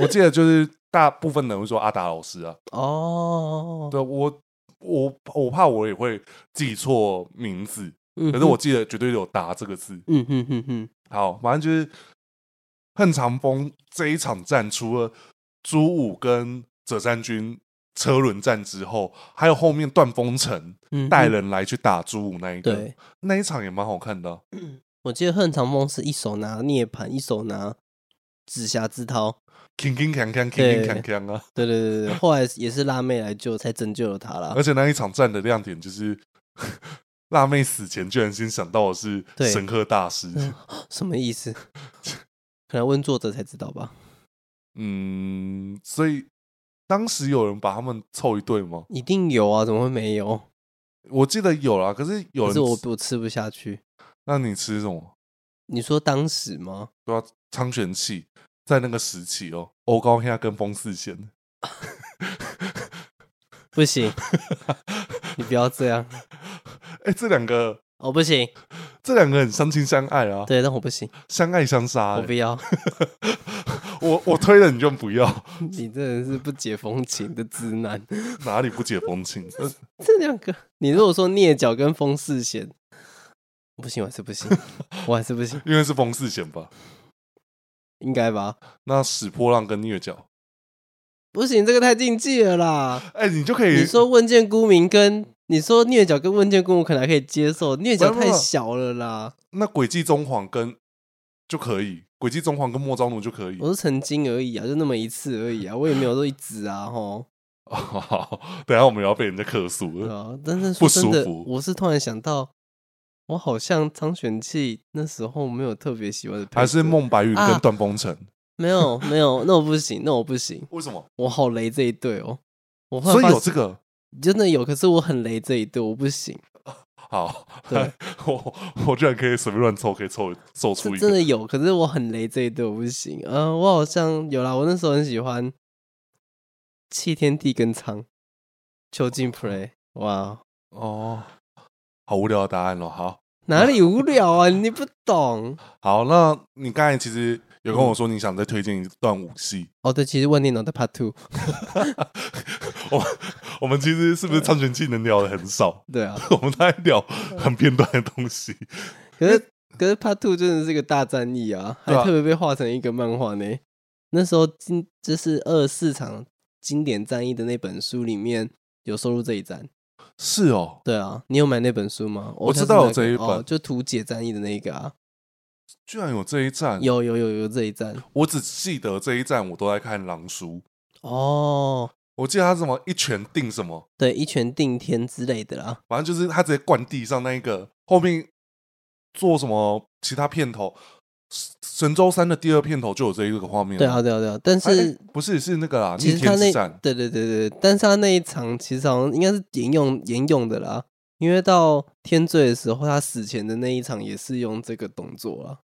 [SPEAKER 1] 我记得就是大部分人会说阿达老师啊，
[SPEAKER 2] 哦，
[SPEAKER 1] 对我我我怕我也会记错名字，
[SPEAKER 2] 嗯
[SPEAKER 1] 可是我记得绝对有“达”这个字。
[SPEAKER 2] 嗯哼哼哼，
[SPEAKER 1] 好，反正就是恨长风这一场战，除了朱武跟折山军车轮战之后，还有后面段风城
[SPEAKER 2] 嗯
[SPEAKER 1] 带
[SPEAKER 2] 了。
[SPEAKER 1] 人来去打朱武那一个，
[SPEAKER 2] 对，
[SPEAKER 1] 那一场也蛮好看的啊、
[SPEAKER 2] 我记得恨长风是一手拿涅盘，一手拿紫霞之涛。
[SPEAKER 1] 铿铿锵锵，铿铿
[SPEAKER 2] 对
[SPEAKER 1] 锵锵啊！
[SPEAKER 2] 对对对对对，后来也是辣妹来救，才拯救了他啦
[SPEAKER 1] 而。且那一场战的亮点就是。 辣妹死前居然先想到的是
[SPEAKER 2] 对嗯
[SPEAKER 1] 神鹤大师，
[SPEAKER 2] 什么意思？ 可能问作者才知道吧。
[SPEAKER 1] 嗯，所以当时有人把他们凑一对吗？
[SPEAKER 2] 一定有啊，怎么会没有？
[SPEAKER 1] 我记得有啦，可是有
[SPEAKER 2] 可
[SPEAKER 1] 人
[SPEAKER 2] 是我我吃不下去。
[SPEAKER 1] 那你吃什么？
[SPEAKER 2] 你说当时吗？
[SPEAKER 1] 对啊，苍玄气在那个时期哦，欧高下跟风四贤，
[SPEAKER 2] 不行，你不要这样。
[SPEAKER 1] 哎，这两个
[SPEAKER 2] 哦，不行，
[SPEAKER 1] 这两个很相亲相爱啊，
[SPEAKER 2] 对，但我不行，
[SPEAKER 1] 相爱相杀、
[SPEAKER 2] 我不
[SPEAKER 1] 欸。
[SPEAKER 2] 要。
[SPEAKER 1] 我我推了你就不要，
[SPEAKER 2] 你真的是不解风情的直男。
[SPEAKER 1] 哪里不解风情？呃
[SPEAKER 2] 这两个，你如果说蹑脚跟风四弦，不行，我还是不行，我还是不行，
[SPEAKER 1] 因为是风四贤吧？
[SPEAKER 2] 应该吧？
[SPEAKER 1] 那史波浪跟虐角，
[SPEAKER 2] 不行，这个太禁忌了啦。
[SPEAKER 1] 哎，你就可以
[SPEAKER 2] 你说问剑孤民跟你说蹑脚跟问剑孤民，我可能还可以接受，蹑脚
[SPEAKER 1] 不是
[SPEAKER 2] 太小了啦。
[SPEAKER 1] 那轨迹中皇跟就可以，轨迹中皇跟莫昭奴就可以。
[SPEAKER 2] 我是曾经而已啊，就那么一次而已啊，我也没有说一直啊，吼。
[SPEAKER 1] 好， 等一下我们要被人家客诉
[SPEAKER 2] 对
[SPEAKER 1] 了。
[SPEAKER 2] 啊，但是
[SPEAKER 1] 嗯不
[SPEAKER 2] 说真的
[SPEAKER 1] 舒服，
[SPEAKER 2] 我是突然想到，我好像苍玄气那时候没有特别喜欢的配
[SPEAKER 1] 还是
[SPEAKER 2] 色
[SPEAKER 1] 孟白云跟
[SPEAKER 2] 啊
[SPEAKER 1] 段风城？
[SPEAKER 2] 没有没有，那我不行，那我不行，
[SPEAKER 1] 为什么？
[SPEAKER 2] 我好雷这一对哦。我后
[SPEAKER 1] 所
[SPEAKER 2] 来
[SPEAKER 1] 以
[SPEAKER 2] 发
[SPEAKER 1] 有
[SPEAKER 2] 现
[SPEAKER 1] 这个
[SPEAKER 2] 真的有，可是我很雷这一对，我不行，
[SPEAKER 1] 好，
[SPEAKER 2] 对
[SPEAKER 1] 我我居然可以随便乱凑，可以凑凑出
[SPEAKER 2] 是
[SPEAKER 1] 一
[SPEAKER 2] 真
[SPEAKER 1] 个
[SPEAKER 2] 的有，可是我很雷这一对，我不行。嗯、我好像有啦，我那时候很喜欢弃天地跟苍囚禁 play，哇，
[SPEAKER 1] 哦，好无聊的答案咯。好
[SPEAKER 2] 哪里无聊啊？你不 懂
[SPEAKER 1] 好，那你刚才其实有
[SPEAKER 2] 嗯
[SPEAKER 1] 跟我说你想再推荐一段武戏，
[SPEAKER 2] 哦。对，其实万年脑的 part two，
[SPEAKER 1] 我我们其实是不是苍玄技能聊的很少？
[SPEAKER 2] 对啊，
[SPEAKER 1] 我们在聊很片段的东西，
[SPEAKER 2] 可是可是 Part Two 真的是个大战役啊，还
[SPEAKER 1] 对啊
[SPEAKER 2] 特别被画成一个漫画呢。那时候经就是二四场经典战役的那本书里面有收录这一战。
[SPEAKER 1] 是哦，
[SPEAKER 2] 对啊，你有买那本书吗？
[SPEAKER 1] 我知道有
[SPEAKER 2] 好像是那个
[SPEAKER 1] 这一本
[SPEAKER 2] 哦就图解战役的那一个啊，
[SPEAKER 1] 居然有这一站，
[SPEAKER 2] 有有有有这一战
[SPEAKER 1] 我只记得这一站我都在看狼叔，
[SPEAKER 2] 哦，
[SPEAKER 1] 我记得他什么一拳定什么，
[SPEAKER 2] 对，一拳定天之类的啦。
[SPEAKER 1] 反正就是他直接灌地上那一个，后面做什么其他片头，神神州三的第二片头就有这一个画面了。
[SPEAKER 2] 对啊，对啊，对啊。但
[SPEAKER 1] 哎，
[SPEAKER 2] 是
[SPEAKER 1] 哎不是是那个啦，逆
[SPEAKER 2] 其实他
[SPEAKER 1] 天
[SPEAKER 2] 那
[SPEAKER 1] 之战
[SPEAKER 2] 对对对对，对但是他那一场其实好像应该是沿用沿用的啦，因为到天罪的时候，他死前的那一场也是用这个动作啦，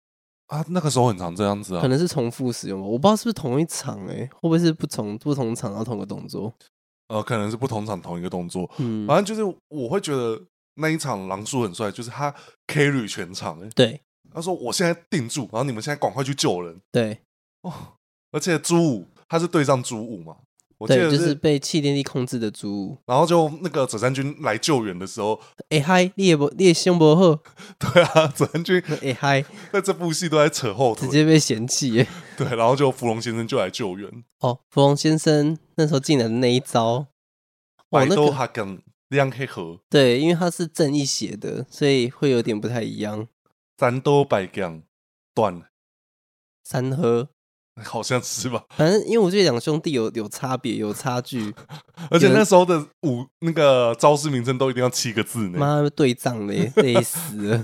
[SPEAKER 1] 啊，那个时候很常这样子啊
[SPEAKER 2] 可。能是重复使用吧，我不知道是不是同一场哎、会不会是不同不同场然后同个 动作？
[SPEAKER 1] 呃，可能是不同场同一个动作，
[SPEAKER 2] 嗯，
[SPEAKER 1] 反正就是我会觉得那一场狼叔很帅，就是他 carry 全场、哎
[SPEAKER 2] 对
[SPEAKER 1] 他说我现在定住，然后你们现在赶快去救人
[SPEAKER 2] 对
[SPEAKER 1] 哦。而且朱武他是对上朱武嘛，我记
[SPEAKER 2] 对，
[SPEAKER 1] 得，
[SPEAKER 2] 就是是被气天地控制的猪物。
[SPEAKER 1] 然后就那个者山军来救援的时候，
[SPEAKER 2] 哎嗨，你也不你也胸不厚，
[SPEAKER 1] 对啊，者山军
[SPEAKER 2] 哎嗨，
[SPEAKER 1] 在这部戏都在扯后
[SPEAKER 2] 直
[SPEAKER 1] 腿，
[SPEAKER 2] 接被嫌弃欸耶、
[SPEAKER 1] 对，然后就芙蓉先生就来救援，
[SPEAKER 2] 哦，芙蓉先生那时候进来的那一招，哦
[SPEAKER 1] 白，
[SPEAKER 2] 那
[SPEAKER 1] 豆
[SPEAKER 2] 个
[SPEAKER 1] 哈跟亮黑河，
[SPEAKER 2] 对，因为他是正义写的，所以会有点不太一样。
[SPEAKER 1] 战斗白讲断，
[SPEAKER 2] 三喝，
[SPEAKER 1] 好像是吧？
[SPEAKER 2] 反正因为我觉得两兄弟有有差别，有差距，
[SPEAKER 1] 而且那时候的武那个招式名称都一定要七 个字呢。
[SPEAKER 2] 妈对仗嘞，累死了。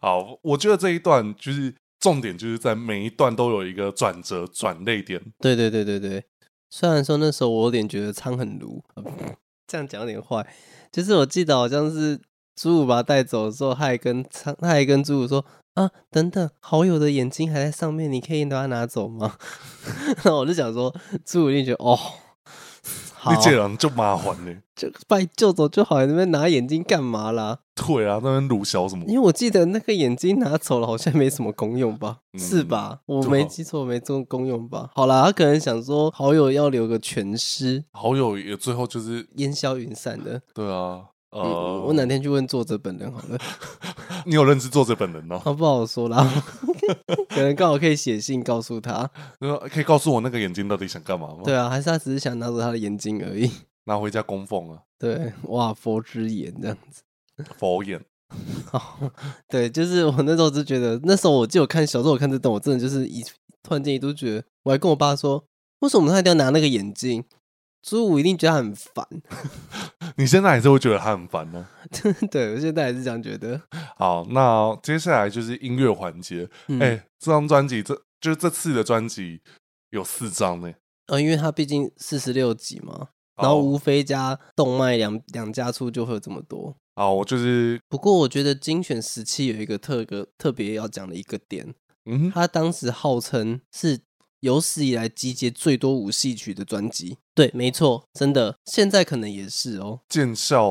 [SPEAKER 1] 好，我觉得这一段就是重点就是在每一段都有一个转折转泪点，
[SPEAKER 2] 对对对对对，虽然说那时候我有点觉得仓很鲁，呃 这样讲有点坏，就是我记得好像是朱武把他带走的时候，他还跟仓，他还跟朱武说啊，等等，好友的眼睛还在上面，你可以把它拿走吗？ 然后我就想说，朱武一定觉得哦， 好啊
[SPEAKER 1] 你，这人就麻烦呢、
[SPEAKER 2] 就把你救走就好，你那边拿眼睛干嘛啦？
[SPEAKER 1] 对啊，那边鲁小什么
[SPEAKER 2] 因？为我记得那个眼睛拿走了，好像没什么功用吧？
[SPEAKER 1] 嗯
[SPEAKER 2] 是吧？我
[SPEAKER 1] 就
[SPEAKER 2] 没
[SPEAKER 1] 好
[SPEAKER 2] 记错，没这种功用吧？好啦，他可能想说好友要留个全尸，
[SPEAKER 1] 好友也最后就是
[SPEAKER 2] 烟消云散的。
[SPEAKER 1] 对啊，呃，
[SPEAKER 2] 嗯我哪天去问作者本人好了，
[SPEAKER 1] 你有认识作者本人哦？
[SPEAKER 2] 他不好说啦， 可能刚好可以写信告诉他。
[SPEAKER 1] 那个可以告诉我那个眼睛到底想干嘛吗？
[SPEAKER 2] 对，啊，还是他只是想拿走他的眼睛而已。
[SPEAKER 1] 拿回家供奉啊，
[SPEAKER 2] 对，哇，佛之眼这样子。
[SPEAKER 1] 佛眼。
[SPEAKER 2] 好， 对，就是我那时候就觉得，那时候我记得我看小时候我看这段，我真的就是一突然间一度觉得，我还跟我爸说，为什么他一定要拿那个眼镜？朱武一定觉得他很烦。
[SPEAKER 1] 你现在还是会觉得他很烦呢、
[SPEAKER 2] 对，我现在还是这样觉得。
[SPEAKER 1] 好，那接下来就是音乐环节。
[SPEAKER 2] 嗯、
[SPEAKER 1] 哎、这张专辑这就是这次的专辑有四张呢、
[SPEAKER 2] 呃，因为他毕竟四十六集嘛，然
[SPEAKER 1] 好
[SPEAKER 2] 后无非加动脉两两家出就会有这么多。
[SPEAKER 1] 好，我就是
[SPEAKER 2] 不过我觉得精选时期有一个特个特别要讲的一个点，
[SPEAKER 1] 嗯哼，
[SPEAKER 2] 他当时号称是有史以来集结最多五戏曲的专辑。对，没错，真的，现在可能也是哦。
[SPEAKER 1] 见笑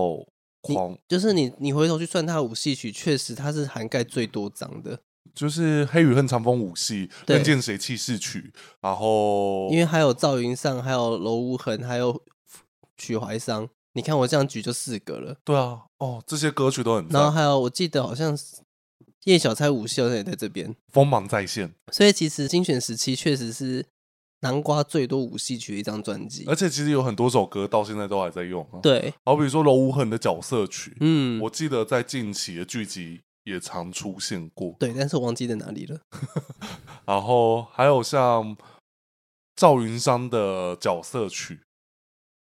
[SPEAKER 1] 狂
[SPEAKER 2] 就是你你回头去算他的五戏曲，确实它是涵盖最多张的，
[SPEAKER 1] 就是《黑与恨》《长风舞戏》《
[SPEAKER 2] 对
[SPEAKER 1] 任见谁气势曲》，然后
[SPEAKER 2] 因为还有赵云上，还有楼无痕，还有曲怀商。你看我这样举就四个了，
[SPEAKER 1] 对啊，哦，这些歌曲都很
[SPEAKER 2] 然后
[SPEAKER 1] 赞，
[SPEAKER 2] 还有我记得好像是叶小钗五戏好像也在这边。
[SPEAKER 1] 锋芒在线，
[SPEAKER 2] 所以其实精选时期确实是南瓜最多五戏曲的一张专辑
[SPEAKER 1] 而。且其实有很多首歌到现在都还在用、啊，，
[SPEAKER 2] 对，
[SPEAKER 1] 好比说楼无痕的角色曲，
[SPEAKER 2] 嗯，
[SPEAKER 1] 我记得在近期的剧集也常出现过，
[SPEAKER 2] 对，但是我忘记在哪里了。
[SPEAKER 1] 然后还有像赵云山的角色曲，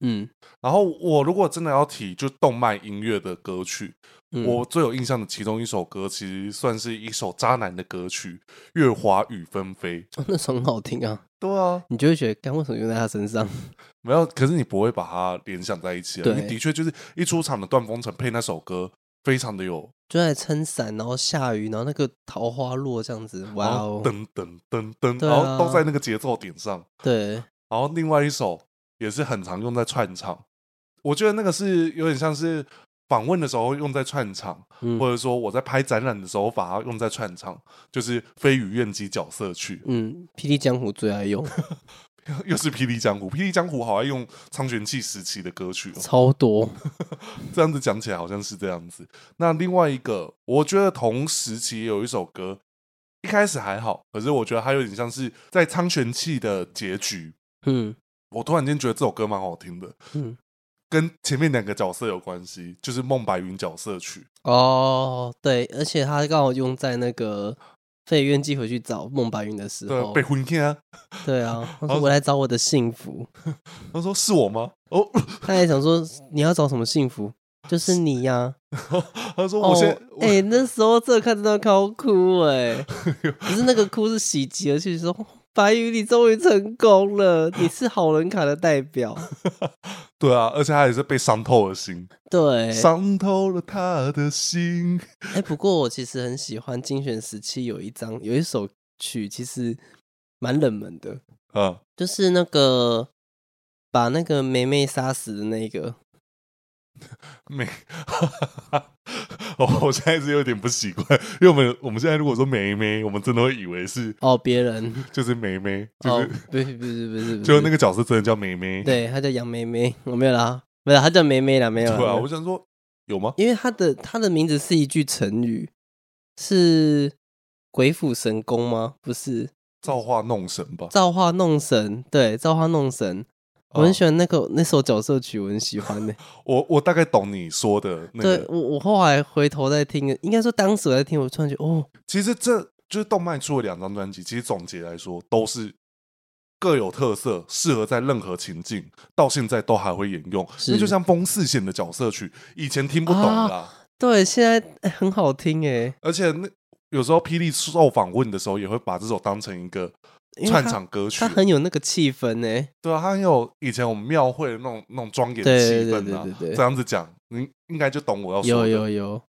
[SPEAKER 2] 嗯，
[SPEAKER 1] 然后我如果真的要提，就动漫音乐的歌曲，
[SPEAKER 2] 嗯
[SPEAKER 1] 我最有印象的其中一首歌，其实算是一首渣男的歌曲，《月华雨纷飞》。
[SPEAKER 2] 那首很好听啊，
[SPEAKER 1] 对啊，
[SPEAKER 2] 你就会觉得，干为什么用在他身上？
[SPEAKER 1] 没有，可是你不会把它联想在一起、啊。
[SPEAKER 2] 对
[SPEAKER 1] 你的确就是一出场的段风城配那首歌，非常的有
[SPEAKER 2] 就在撑伞，然后下雨，然后那个桃花落这样子，
[SPEAKER 1] 然
[SPEAKER 2] 哇
[SPEAKER 1] 后
[SPEAKER 2] 哦，
[SPEAKER 1] 噔噔噔噔，
[SPEAKER 2] 对
[SPEAKER 1] 然
[SPEAKER 2] 啊
[SPEAKER 1] 后都在那个节奏点上。
[SPEAKER 2] 对，
[SPEAKER 1] 然后另外一首也是很常用在串场，我觉得那个是有点像是访问的时候用在串场，
[SPEAKER 2] 嗯
[SPEAKER 1] 或者说我在拍展览的时候把它用在串场，就是《飞鱼愿姬》角色曲，
[SPEAKER 2] 嗯，《霹雳江湖》最爱用，
[SPEAKER 1] 又是《霹雳江湖》。《霹雳江湖》好爱用苍玄纪时期的歌曲、哦，
[SPEAKER 2] 超多，
[SPEAKER 1] 这样子讲起来好像是这样子。那另外一个，我觉得同时期有一首歌，一开始还好，可是我觉得它有点像是在苍玄纪的结局，
[SPEAKER 2] 嗯
[SPEAKER 1] 我突然间觉得这首歌蛮好听的，
[SPEAKER 2] 嗯，
[SPEAKER 1] 跟前面两个角色有关系，就是孟白云角色曲。
[SPEAKER 2] 哦，对，而且他刚好用在那个费渊寄回去找孟白云的时
[SPEAKER 1] 对，
[SPEAKER 2] 候
[SPEAKER 1] 被，婚骗啊！
[SPEAKER 2] 对啊，他
[SPEAKER 1] 然
[SPEAKER 2] 说
[SPEAKER 1] 后
[SPEAKER 2] 我来找我的幸福，
[SPEAKER 1] 他说是我吗？哦，
[SPEAKER 2] 他还想说你要找什么幸福，就是你呀、
[SPEAKER 1] 他说
[SPEAKER 2] 哦
[SPEAKER 1] 我先、，
[SPEAKER 2] 哎、那时候这看真的好哭哎、 可是那个哭是喜极而泣，说白宇你终于成 功了，你是好人卡的代表。
[SPEAKER 1] 对啊，而且他也是被伤透了心，
[SPEAKER 2] 对，
[SPEAKER 1] 伤透了他的心。
[SPEAKER 2] 哎、不过我其实很喜欢精选时期有一张有一首曲，其实蛮冷门的，
[SPEAKER 1] 啊，
[SPEAKER 2] 就是那个把那个梅梅杀死的那个，
[SPEAKER 1] 每，哦， 我现在是有点不习惯，因为我们我们现在如果说梅梅，我们真的会以为是
[SPEAKER 2] 哦，别人，
[SPEAKER 1] 就是梅梅，就
[SPEAKER 2] 哦
[SPEAKER 1] 是、，
[SPEAKER 2] 不是不是不是，不
[SPEAKER 1] 就是那个角色真的叫梅梅。
[SPEAKER 2] 对，她叫杨梅梅，我没有啦，没有啦，她叫梅梅啦，没有
[SPEAKER 1] 对
[SPEAKER 2] 啦。
[SPEAKER 1] 啊，
[SPEAKER 2] 没有
[SPEAKER 1] 我想说有吗？
[SPEAKER 2] 因为她的她的名字是一句成语，是鬼斧神工吗？不是，
[SPEAKER 1] 造化弄神吧，
[SPEAKER 2] 造化弄神，对，造化弄神。我
[SPEAKER 1] 哦
[SPEAKER 2] 很喜欢那个、那首角色曲，我很喜欢呢、
[SPEAKER 1] 我我大概懂你说的 那
[SPEAKER 2] 对
[SPEAKER 1] 个。
[SPEAKER 2] 我，我后来回头再听，应该说当时我在听，我突然觉得哦，
[SPEAKER 1] 其实这就是动漫出了两张专辑，其实总结来说都是各有特色，适合在任何情境，到现在都还会沿用。
[SPEAKER 2] 是
[SPEAKER 1] 因为就像风四线的
[SPEAKER 2] 啊
[SPEAKER 1] 角色曲，以前听不懂啦，
[SPEAKER 2] 对，现在、哎很好听哎、
[SPEAKER 1] 而且那有时候霹雳受访问的时候，也会把这首当成一个
[SPEAKER 2] 因为
[SPEAKER 1] 串
[SPEAKER 2] 它
[SPEAKER 1] 场歌曲
[SPEAKER 2] 它。很有那个气氛哎呢、
[SPEAKER 1] 对啊，它很有以前我们庙会的那种那种庄严
[SPEAKER 2] 对
[SPEAKER 1] 气
[SPEAKER 2] 对
[SPEAKER 1] 氛
[SPEAKER 2] 对
[SPEAKER 1] 啊
[SPEAKER 2] 对。对
[SPEAKER 1] 这样子讲，你应该就懂我要说
[SPEAKER 2] 有
[SPEAKER 1] 的。
[SPEAKER 2] 有有，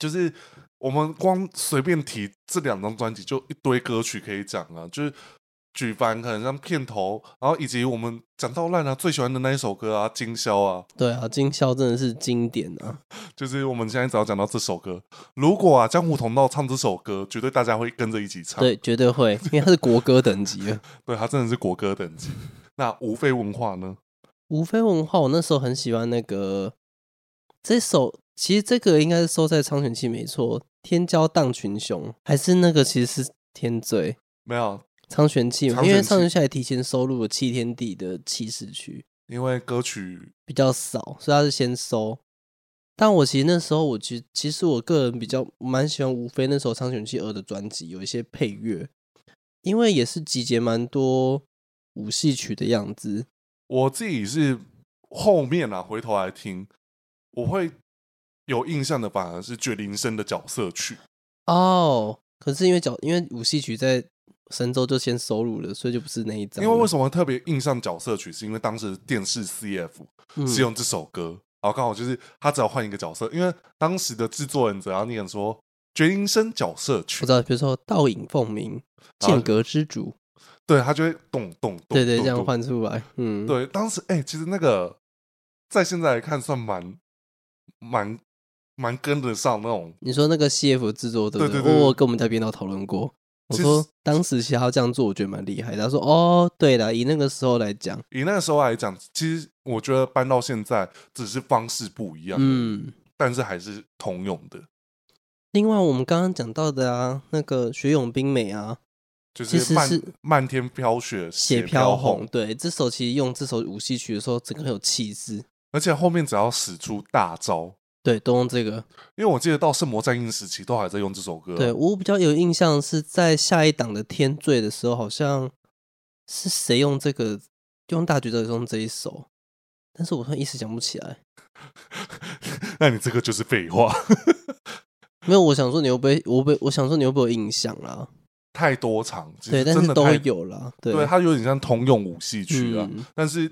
[SPEAKER 1] 就是我们光随便提这两张专辑，就一堆歌曲可以讲啊，就是。举凡可能像片头，然后以及我们讲到烂啊最喜欢的那一首歌啊，《今宵》啊，
[SPEAKER 2] 对啊，今宵真的是经典啊！
[SPEAKER 1] 就是我们现在只要讲到这首歌，如果啊江湖同道唱这首歌，绝对大家会跟着一起唱。
[SPEAKER 2] 对，绝对会，因为它是国歌等级的。
[SPEAKER 1] 对，它真的是国歌等级。那无非文化呢？
[SPEAKER 2] 无非文化，我那时候很喜欢那个这首，其实这个应该是收在苍犬期没错，《天骄荡群雄》还是那个其实是天罪
[SPEAKER 1] 没有，
[SPEAKER 2] 苍玄气嘛，
[SPEAKER 1] 苍
[SPEAKER 2] 因为
[SPEAKER 1] 玄气
[SPEAKER 2] 苍玄气还提前收录了七天地的七市区，
[SPEAKER 1] 因为歌曲
[SPEAKER 2] 比较少，所以他是先收。但我其实那时候，我其其实我个人比较蛮喜欢吴飞那时候《苍犬七二》的专辑，有一些配乐，因为也是集结蛮多舞戏曲的样子。
[SPEAKER 1] 我自己是后面啊回头来听，我会有印象的反而是绝林生的角色曲。
[SPEAKER 2] 哦，可是因为角因为舞戏曲在神州就先收录了，所以就不是那一张
[SPEAKER 1] 因
[SPEAKER 2] 了。
[SPEAKER 1] 为为什么特别印象角色曲，是因为当时电视 CF
[SPEAKER 2] 嗯
[SPEAKER 1] 是用这首歌，然后刚好就是他只要换一个角色，因为当时的制作人只要念说绝音声角色曲
[SPEAKER 2] 我知，道，比如说《倒影凤鸣》《
[SPEAKER 1] 然后
[SPEAKER 2] 剑阁之主》，
[SPEAKER 1] 对他就会咚咚咚，
[SPEAKER 2] 对对，
[SPEAKER 1] 咚
[SPEAKER 2] 这样。
[SPEAKER 1] 咚
[SPEAKER 2] 换出来。嗯，
[SPEAKER 1] 对，当时哎、其实那个在现在来看算蛮蛮蛮跟得上那种，
[SPEAKER 2] 你说那个 CF 制作对不
[SPEAKER 1] 对对对
[SPEAKER 2] 我有跟我们家编导讨论过，我
[SPEAKER 1] 其实
[SPEAKER 2] 说当时其实他这样做，我觉得蛮厉害的。他说哦，对了，以那个时候来讲，
[SPEAKER 1] 以那个时候来讲，其实我觉得搬到现在只是方式不一样，
[SPEAKER 2] 嗯。
[SPEAKER 1] 但是还是通用的，
[SPEAKER 2] 另外，我们刚刚讲到的啊，那个雪咏冰美啊，
[SPEAKER 1] 就
[SPEAKER 2] 其实
[SPEAKER 1] 是漫
[SPEAKER 2] 是
[SPEAKER 1] 漫天飘雪
[SPEAKER 2] 血
[SPEAKER 1] 飘
[SPEAKER 2] 飘红，，对，这首其实用这首舞戏曲的时候，整个很有气势，
[SPEAKER 1] 而且后面只要使出大招，
[SPEAKER 2] 对，都用这个。
[SPEAKER 1] 因为我记得到圣魔战印时期都还在用这首歌，啊
[SPEAKER 2] 对我比较有印象是在下一档的《天罪》的时候，好像是谁用这个用大局者用这一首，但是我突然一时想不起来。
[SPEAKER 1] 那你这个就是废话，
[SPEAKER 2] 没有，我想说你又不会，我被我想说你又不会有印象啦，
[SPEAKER 1] 太多场，其
[SPEAKER 2] 对，
[SPEAKER 1] 实
[SPEAKER 2] 但
[SPEAKER 1] 真
[SPEAKER 2] 是
[SPEAKER 1] 的
[SPEAKER 2] 都
[SPEAKER 1] 太
[SPEAKER 2] 会，有啦，对，
[SPEAKER 1] 对，它有点像通用武戏曲啊，
[SPEAKER 2] 嗯，
[SPEAKER 1] 但是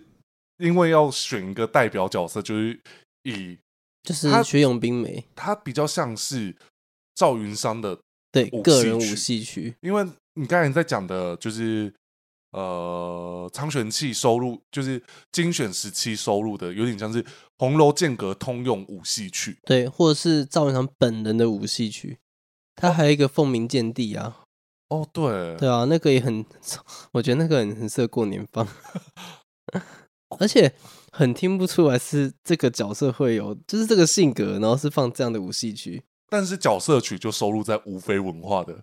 [SPEAKER 1] 因为要选一个代表角色，就是以
[SPEAKER 2] 就是
[SPEAKER 1] 它
[SPEAKER 2] 学咏冰美，
[SPEAKER 1] 它比较像是赵云商的，
[SPEAKER 2] 对
[SPEAKER 1] 舞，
[SPEAKER 2] 个
[SPEAKER 1] 戏
[SPEAKER 2] 人舞
[SPEAKER 1] 曲
[SPEAKER 2] 戏曲，
[SPEAKER 1] 因为你刚才在讲的就是呃苍玄气收录，就是精选时期收录的，有点像是红楼剑阁通用武戏曲，
[SPEAKER 2] 对，或者是赵元长本人的舞戏曲，他还有一个凤鸣见地啊，
[SPEAKER 1] 哦，对，
[SPEAKER 2] 对啊，那个也很， 我觉得那个很很适合过年放， 而且很听不出来是这个角色会有，就是这个性格，然后是放这样的舞戏曲，
[SPEAKER 1] 但是角色曲就收录在无非文化的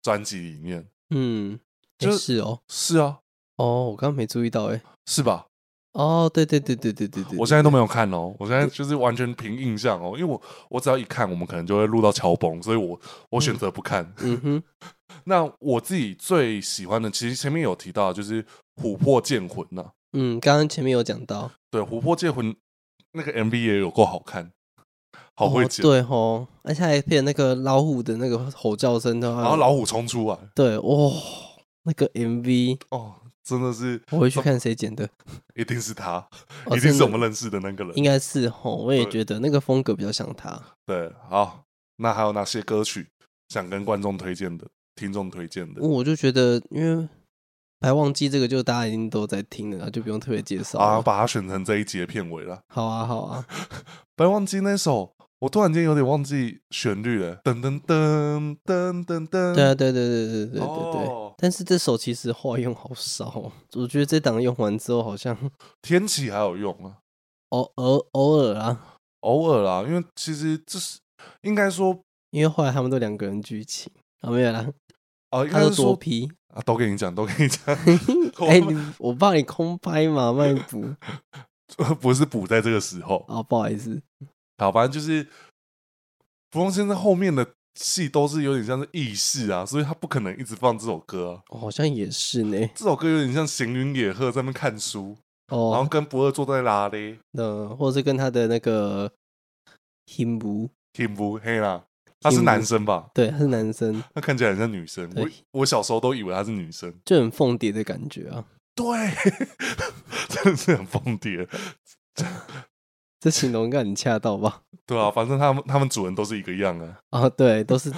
[SPEAKER 1] 专辑里面。
[SPEAKER 2] 嗯，
[SPEAKER 1] 就
[SPEAKER 2] 就是是哦，
[SPEAKER 1] 是啊，
[SPEAKER 2] 哦，我刚刚没注意到、欸，哎，
[SPEAKER 1] 是吧？
[SPEAKER 2] 哦，对对对对对对对，
[SPEAKER 1] 我现在都没有看哦，我现在就是完全凭印象哦，因为我我只要一看，我们可能就会录到桥崩，所以我我选择不看。
[SPEAKER 2] 嗯哼，
[SPEAKER 1] 那我自己最喜欢的，其实前面有提到，就是《琥珀剑魂》呐、
[SPEAKER 2] 嗯，刚刚前面有讲到，
[SPEAKER 1] 对，《琥珀剑魂》那个 MV 也有够好看，好会剪，
[SPEAKER 2] 哦、对吼，而且还配那个老虎的那个吼叫声的话，
[SPEAKER 1] 然后哦老虎冲出来，
[SPEAKER 2] 对哦，那个 MV
[SPEAKER 1] 哦，真的是
[SPEAKER 2] 我会去看谁剪的，
[SPEAKER 1] 一定是他，
[SPEAKER 2] 哦
[SPEAKER 1] 一定
[SPEAKER 2] 真
[SPEAKER 1] 是
[SPEAKER 2] 的
[SPEAKER 1] 我们认识的那个人
[SPEAKER 2] 应。该是吼，我也
[SPEAKER 1] 对
[SPEAKER 2] 觉得那个风格比较像他。
[SPEAKER 1] 对，好，那还有哪些歌曲想跟观众推荐的、听众推荐的？
[SPEAKER 2] 嗯我就觉得，因为白忘记这个就大家已经都在听了啦，就不用特别介绍
[SPEAKER 1] 啊，
[SPEAKER 2] 了
[SPEAKER 1] 把它选成这一集的片尾了。
[SPEAKER 2] 好啊，好啊，
[SPEAKER 1] 白忘记那首，我突然间有点忘记旋律了。噔噔噔噔噔噔，
[SPEAKER 2] 对啊，对对对对对对对。
[SPEAKER 1] 哦
[SPEAKER 2] 但是这首其实话用好少哦，我觉得这档用完之后好像
[SPEAKER 1] 天启还有用啊，
[SPEAKER 2] 偶偶偶尔啊，
[SPEAKER 1] 偶尔啦，因为其实这是应该说
[SPEAKER 2] 因为后来他们都两个人剧情啊，没有啦，
[SPEAKER 1] 啊、应
[SPEAKER 2] 他
[SPEAKER 1] 该
[SPEAKER 2] 都
[SPEAKER 1] 是
[SPEAKER 2] 多
[SPEAKER 1] 说
[SPEAKER 2] 批。
[SPEAKER 1] 啊，都给你讲，都给你讲， 我
[SPEAKER 2] 哎、你我怕你空拍嘛，慢补
[SPEAKER 1] 不是补在这个时候。
[SPEAKER 2] 哦，不好意思，
[SPEAKER 1] 好，反正就是不用现在后面的戏都是有点像是意式啊，所以他不可能一直放这首歌啊、
[SPEAKER 2] 哦好像也是呢。
[SPEAKER 1] 这首歌有点像行云野鹤在那边看书，然后
[SPEAKER 2] 哦，
[SPEAKER 1] 跟不二坐在拉嘞，
[SPEAKER 2] 那、或者是跟他的那个 him
[SPEAKER 1] 挺不黑啦。他是
[SPEAKER 2] Kim
[SPEAKER 1] 男生吧？
[SPEAKER 2] 对，他是男生，
[SPEAKER 1] 他看起来很像女生。我
[SPEAKER 2] 对
[SPEAKER 1] 我小时候都以为她是女生。
[SPEAKER 2] 就很凤蝶的感觉啊，
[SPEAKER 1] 对， 真的是很疯癫。
[SPEAKER 2] 这形容应该很恰到吧？
[SPEAKER 1] 对啊，反正他们他们主人都是一个样啊，
[SPEAKER 2] 啊，对，都是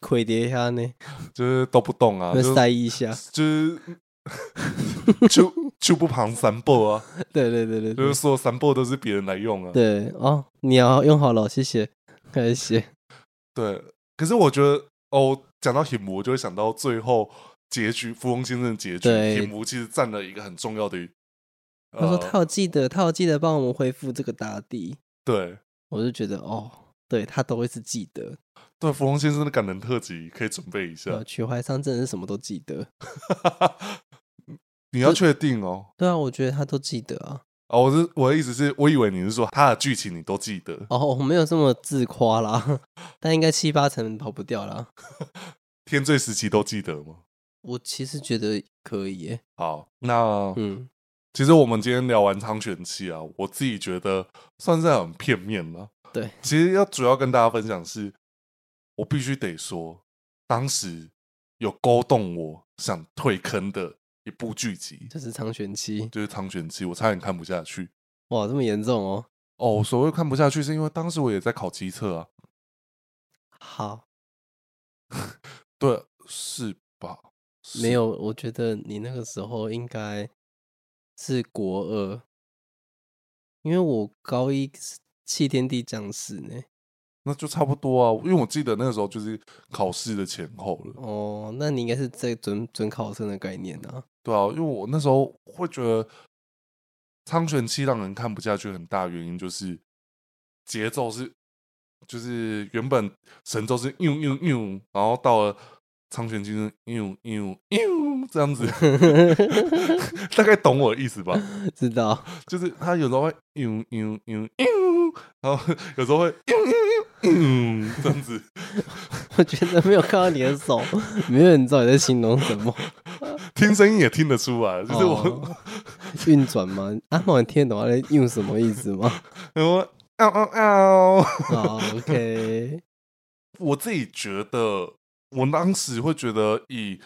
[SPEAKER 2] 魁蝶虾呢，
[SPEAKER 1] 就是都不动啊，
[SPEAKER 2] 会
[SPEAKER 1] 就是
[SPEAKER 2] 塞 一下，
[SPEAKER 1] 就是就就不旁三步啊，
[SPEAKER 2] 对对对对
[SPEAKER 1] 就是
[SPEAKER 2] 对
[SPEAKER 1] 所有三步都是别人来用啊。
[SPEAKER 2] 对哦，你要用好了，谢谢，开始写，
[SPEAKER 1] 对，可是我觉得哦，讲到hirmu，我就会想到最后结局《富翁先生》的结局，
[SPEAKER 2] 对
[SPEAKER 1] hirmu 其实占了一个很重要的。
[SPEAKER 2] 他说
[SPEAKER 1] 呃
[SPEAKER 2] 他有记得，他有记得帮我们恢复这个大地，
[SPEAKER 1] 对
[SPEAKER 2] 我就觉得哦，对他都会是记得，
[SPEAKER 1] 对，《富翁先生》的感人特辑可以准备一下。
[SPEAKER 2] 呃，曲怀商真的是什么都记得，
[SPEAKER 1] 你要确定哦。
[SPEAKER 2] 对啊，我觉得他都记得啊，
[SPEAKER 1] 哦，我是我的意思是，我以为你是说他的剧情你都记得，
[SPEAKER 2] 哦，我没有这么自夸啦，但应该七八成跑不掉啦，
[SPEAKER 1] 天罪时期都记得吗？
[SPEAKER 2] 我其实觉得可以耶，
[SPEAKER 1] 好，那
[SPEAKER 2] 嗯，
[SPEAKER 1] 其实我们今天聊完苍玄气啊，我自己觉得算是很片面了。
[SPEAKER 2] 对，
[SPEAKER 1] 其实要主要跟大家分享是，我必须得说，当时有勾动我想退坑的一部剧集，
[SPEAKER 2] 就是苍玄期，
[SPEAKER 1] 就是苍玄气，我差点看不下去。
[SPEAKER 2] 哇，这么严重哦，
[SPEAKER 1] 哦，所谓看不下去，是因为当时我也在考机测啊。
[SPEAKER 2] 好，
[SPEAKER 1] 对，是吧？是
[SPEAKER 2] 没有，我觉得你那个时候应该是国二，因为我高一是弃天地将士呢。
[SPEAKER 1] 那就差不多啊，因为我记得那个时候就是考试的前后了，
[SPEAKER 2] 哦，那你应该是在准准考生的概念啊。
[SPEAKER 1] 对啊，因为我那时候会觉得《苍玄期》让人看不下去，很大原因就是节奏是，就是原本神咒是呦呦呦，然后到了《苍玄期》是呦呦呦这样子，大概懂我的意思吧？
[SPEAKER 2] 知道，
[SPEAKER 1] 就是他有时候会呦呦呦呦，然后有时候会呦呦呦呦这样子。
[SPEAKER 2] 我觉得没有看到你的手，没有人知道你在形容什 么。
[SPEAKER 1] 听声音也听得出来，就是我，
[SPEAKER 2] 哦运转吗？阿茂，你听得懂他在用什么意思吗？
[SPEAKER 1] 然后嗷嗷嗷，
[SPEAKER 2] 哦，OK，
[SPEAKER 1] 我自己觉得，我当时会觉得以